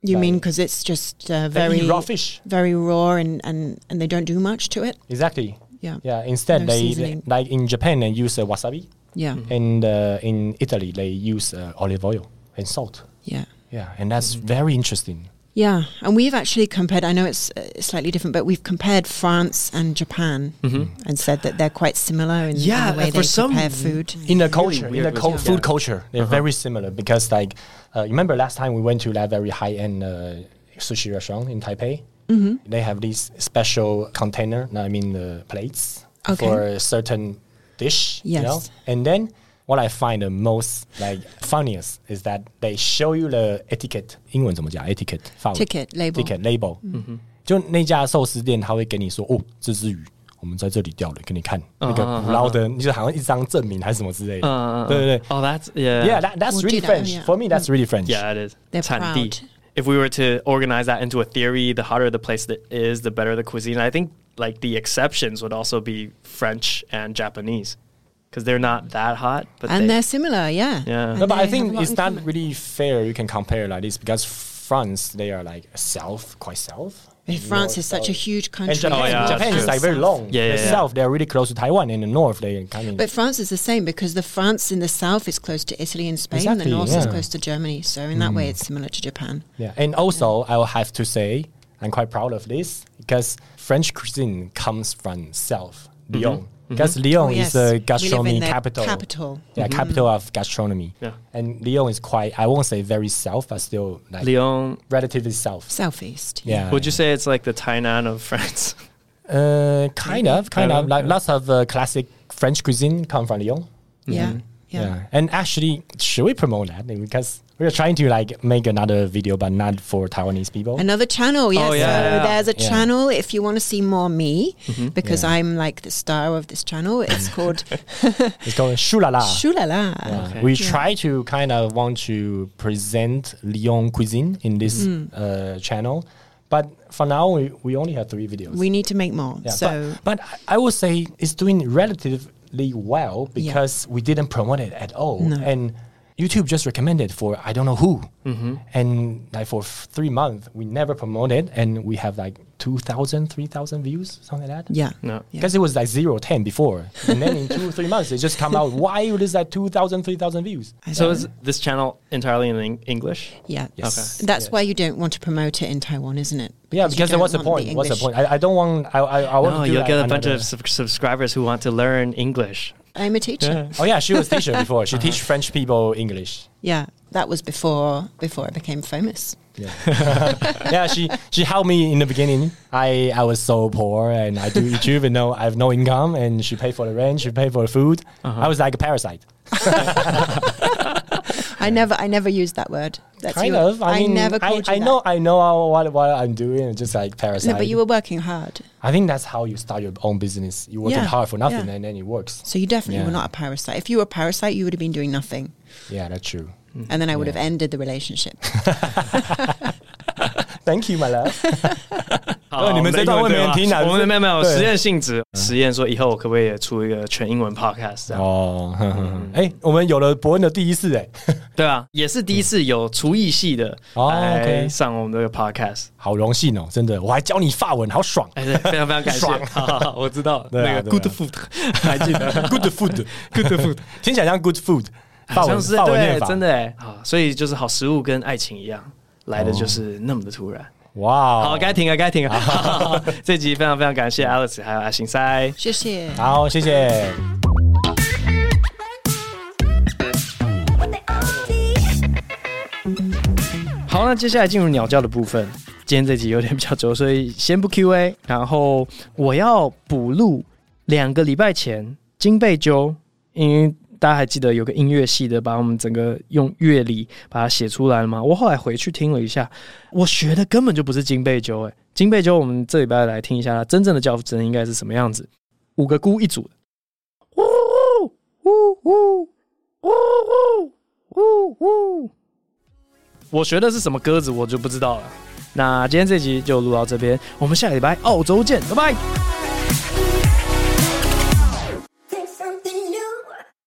[SPEAKER 3] You mean
[SPEAKER 2] Like-
[SPEAKER 3] because it's just uh,
[SPEAKER 2] They
[SPEAKER 3] very
[SPEAKER 2] eat raw fish.
[SPEAKER 3] very raw and, and and they don't do much to it.
[SPEAKER 2] Exactly.
[SPEAKER 3] Yeah.
[SPEAKER 2] Yeah. Instead,
[SPEAKER 3] No
[SPEAKER 2] they,
[SPEAKER 3] seasoning.
[SPEAKER 2] like in Japan they use uh, wasabi,
[SPEAKER 3] Yeah.
[SPEAKER 2] and uh, in Italy they use uh, olive oil and salt.
[SPEAKER 3] Yeah.
[SPEAKER 2] Yeah, and that's
[SPEAKER 3] Mm-hmm.
[SPEAKER 2] very interesting.
[SPEAKER 3] Yeah, and we've actually compared. I know it's uh, slightly different, but we've compared France and Japan
[SPEAKER 2] Mm-hmm.
[SPEAKER 3] and said that they're quite similar in, in
[SPEAKER 1] Yeah,
[SPEAKER 3] the way
[SPEAKER 1] for
[SPEAKER 3] they
[SPEAKER 1] some-
[SPEAKER 3] prepare food.
[SPEAKER 2] In the culture, in
[SPEAKER 1] weird
[SPEAKER 2] the
[SPEAKER 1] with
[SPEAKER 2] cul-
[SPEAKER 1] you.
[SPEAKER 2] food
[SPEAKER 1] Yeah.
[SPEAKER 2] culture, they're very similar because, like, uh, you remember last time we went to that very high end uh, sushi restaurant in Taipei? Mm-hmm. They have these special container, no, I mean, the plates
[SPEAKER 3] Okay.
[SPEAKER 2] for a certain dish. You know?
[SPEAKER 3] Yes.
[SPEAKER 2] And then what I find the most like funniest is that they show you the etiquette. 英文怎么讲 etiquette
[SPEAKER 3] Ticket label.
[SPEAKER 2] ticket label，就那家寿司店他会跟你说，哦，这只鱼我们在这里钓的，给你看那个捕捞的，就是好像一张证明还是什么之类的，对对对。
[SPEAKER 1] Oh, that's yeah.
[SPEAKER 2] Yeah, that, that's
[SPEAKER 3] 我
[SPEAKER 2] really
[SPEAKER 3] 记得
[SPEAKER 2] French.
[SPEAKER 3] yeah.
[SPEAKER 2] For me, that's really French.
[SPEAKER 1] Yeah, it is.
[SPEAKER 3] They're
[SPEAKER 1] 产
[SPEAKER 3] proud.
[SPEAKER 1] 地. If we were to organize that into a theory, the hotter the place that is, the better the cuisine. I think like the exceptions would also be French and Japanese because they're not that hot, but
[SPEAKER 3] And
[SPEAKER 1] they,
[SPEAKER 3] they're similar, yeah.
[SPEAKER 1] Yeah.
[SPEAKER 3] And
[SPEAKER 2] No, but
[SPEAKER 3] they
[SPEAKER 2] I
[SPEAKER 3] have a
[SPEAKER 2] think
[SPEAKER 3] lot
[SPEAKER 2] it's
[SPEAKER 3] in
[SPEAKER 2] not
[SPEAKER 3] common.
[SPEAKER 2] really fair. You can compare like this because France, they are like south, quite south.
[SPEAKER 3] And France is such a huge country.
[SPEAKER 2] And Japan,
[SPEAKER 1] Oh, yeah,
[SPEAKER 2] Japan
[SPEAKER 1] that's
[SPEAKER 2] is
[SPEAKER 1] true.
[SPEAKER 2] like very long.
[SPEAKER 1] Yeah, yeah,
[SPEAKER 2] the
[SPEAKER 1] yeah.
[SPEAKER 2] south, they're really close to Taiwan. In the north, they kind of.
[SPEAKER 3] But France is the same because the France in the south is close to Italy and Spain,
[SPEAKER 2] Exactly,
[SPEAKER 3] and the north is
[SPEAKER 2] yeah. Mm.
[SPEAKER 3] close to Germany. So in that way, it's similar to Japan.
[SPEAKER 2] Yeah, and also I will have to say I'm quite proud of this because French cuisine comes from South
[SPEAKER 1] Mm-hmm.
[SPEAKER 2] Lyon because Lyon
[SPEAKER 3] Oh,
[SPEAKER 2] is
[SPEAKER 3] yes.
[SPEAKER 2] the
[SPEAKER 3] We live
[SPEAKER 2] gastronomy
[SPEAKER 3] in the
[SPEAKER 2] capital.
[SPEAKER 3] capital.
[SPEAKER 2] Yeah, capital of gastronomy.
[SPEAKER 1] Mm-hmm. Yeah.
[SPEAKER 2] and Lyon is quite I won't say very south, but still like
[SPEAKER 1] Lyon.
[SPEAKER 2] relatively south.
[SPEAKER 3] Southeast.
[SPEAKER 2] Yeah,
[SPEAKER 1] Would you say it's like the Tainan of France?
[SPEAKER 2] Uh, kind of,
[SPEAKER 1] Kind
[SPEAKER 2] kind of.
[SPEAKER 1] of,
[SPEAKER 2] Like
[SPEAKER 1] yeah.
[SPEAKER 2] lots of uh, classic French cuisine come from Lyon.
[SPEAKER 3] Yeah.
[SPEAKER 2] Mm-hmm. Yeah.
[SPEAKER 3] Yeah.
[SPEAKER 2] and actually, should we promote that? Because we are trying to like make another video, but not for Taiwanese people.
[SPEAKER 3] Another channel, yes.
[SPEAKER 1] Oh, yeah.
[SPEAKER 3] So there's a
[SPEAKER 2] Yeah. Mm-hmm.
[SPEAKER 3] channel if you want to see more me, because
[SPEAKER 2] Yeah. Ah.
[SPEAKER 3] I'm like the star of this channel. It's called
[SPEAKER 2] It's called Shulala.
[SPEAKER 3] Shulala.
[SPEAKER 1] Okay.
[SPEAKER 2] We try to kind of want to present Lyon cuisine in this
[SPEAKER 3] Mm.
[SPEAKER 2] uh, channel, but for now we, we only have three videos.
[SPEAKER 3] We need to make more.
[SPEAKER 2] Yeah,
[SPEAKER 3] so
[SPEAKER 2] but, but I- I would say it's doing relatively well because we didn't promote it at all, and YouTube just recommended for I don't know who, and like for f- three months we never promoted, and we have like 2,000, 3,000 views, something like that.
[SPEAKER 3] yeah.
[SPEAKER 1] No.
[SPEAKER 3] Yeah.
[SPEAKER 2] Because it was like zero, 10 before. And then in two, three months, it just come out. Why it is like 2,000, 3,000 views?
[SPEAKER 3] I
[SPEAKER 1] So
[SPEAKER 3] don't
[SPEAKER 1] is
[SPEAKER 3] know.
[SPEAKER 1] this channel entirely in Eng- English?
[SPEAKER 3] yeah.
[SPEAKER 2] Yes. Okay.
[SPEAKER 3] That's
[SPEAKER 2] Yeah.
[SPEAKER 3] why you don't want to promote it in Taiwan, isn't it?
[SPEAKER 2] Yeah,
[SPEAKER 3] you
[SPEAKER 2] because then
[SPEAKER 3] don't
[SPEAKER 2] what's the
[SPEAKER 3] want
[SPEAKER 2] point? What's the
[SPEAKER 3] English.
[SPEAKER 2] point? I, I don't want. I I, I want.
[SPEAKER 1] No,
[SPEAKER 2] to do
[SPEAKER 1] you'll
[SPEAKER 2] like
[SPEAKER 1] get a bunch
[SPEAKER 2] another-
[SPEAKER 1] of sub- subscribers who want to learn English.
[SPEAKER 3] I'm a teacher.
[SPEAKER 2] Oh yeah, she was teacher before. She
[SPEAKER 3] Uh-huh.
[SPEAKER 2] teach French people English.
[SPEAKER 3] yeah. That was before before I became famous.
[SPEAKER 2] Yeah, she she helped me in the beginning. I I was so poor and I do YouTube and no I have no income and she paid for the rent, she paid for the food.
[SPEAKER 3] Uh-huh.
[SPEAKER 2] I was like a parasite.
[SPEAKER 3] I never I never used that word. That's
[SPEAKER 2] Kind
[SPEAKER 3] you.
[SPEAKER 2] of. I, mean,
[SPEAKER 3] never
[SPEAKER 2] I,
[SPEAKER 3] called you
[SPEAKER 2] I
[SPEAKER 3] that.
[SPEAKER 2] know I know how- what what I'm doing. It's just like parasite.
[SPEAKER 3] No, but you were working hard.
[SPEAKER 2] I think that's how you start your own business. You working
[SPEAKER 3] Yeah,
[SPEAKER 2] hard for nothing
[SPEAKER 3] yeah.
[SPEAKER 2] and then it works.
[SPEAKER 3] So you definitely
[SPEAKER 2] Yeah.
[SPEAKER 3] were not a parasite. If you were a parasite, you would have been doing nothing.
[SPEAKER 2] Yeah, that's true.
[SPEAKER 3] And then I would have ended the relationship.
[SPEAKER 2] Thank you, my love.
[SPEAKER 1] 好，
[SPEAKER 2] 你们这段
[SPEAKER 1] 我英文
[SPEAKER 2] 会没人听啊
[SPEAKER 1] 对吧我们没有没有
[SPEAKER 2] 对
[SPEAKER 1] 实验性质，实验说以后我可不可以也出一个全英文 podcast 这样？
[SPEAKER 2] 哦，哎、我们有了伯恩的第一次、哎，
[SPEAKER 1] 对啊，也是第一次有厨艺系的
[SPEAKER 2] 哦
[SPEAKER 1] 来
[SPEAKER 2] OK
[SPEAKER 1] 上我们这个 podcast，
[SPEAKER 2] 好荣幸哦，真的，我还教你法文，好爽。
[SPEAKER 1] 哎，对，非常非常感谢
[SPEAKER 2] 爽，
[SPEAKER 1] 好好好我知道
[SPEAKER 2] 对啊
[SPEAKER 1] 那个
[SPEAKER 2] 对啊
[SPEAKER 1] good food 还记得
[SPEAKER 2] Good food，good food，听 起来像 good food，法
[SPEAKER 1] 好
[SPEAKER 2] 文
[SPEAKER 1] 像是
[SPEAKER 2] 法文念
[SPEAKER 1] 对，
[SPEAKER 2] 法，
[SPEAKER 1] 真的哎，好，所以就是好食物跟爱情一样，来的就是那么的突然。
[SPEAKER 2] 哇，
[SPEAKER 1] 好，该停了，该停 了。好这集非常非常感谢 Alex 还有阿行塞。
[SPEAKER 3] 谢谢。
[SPEAKER 2] 好，谢谢。
[SPEAKER 1] 好，那接下来进入鸟叫的部分。今天这集有点比较轴，所以先不 Q&A。然后我要补录两个礼拜前金贝鸠，因为大家还记得有个音乐系的把我们整个用乐理把它写出来了吗？我后来回去听了一下，我学的根本就不是金贝鸠，哎，金贝鸠，我们这礼拜来听一下它真正的叫声应该是什么样子。五个咕一组的，呜呜呜呜呜呜呜。我学的是什么歌子，我就不知道了。那今天这集就录到这边，我们下个礼拜澳洲见，拜拜。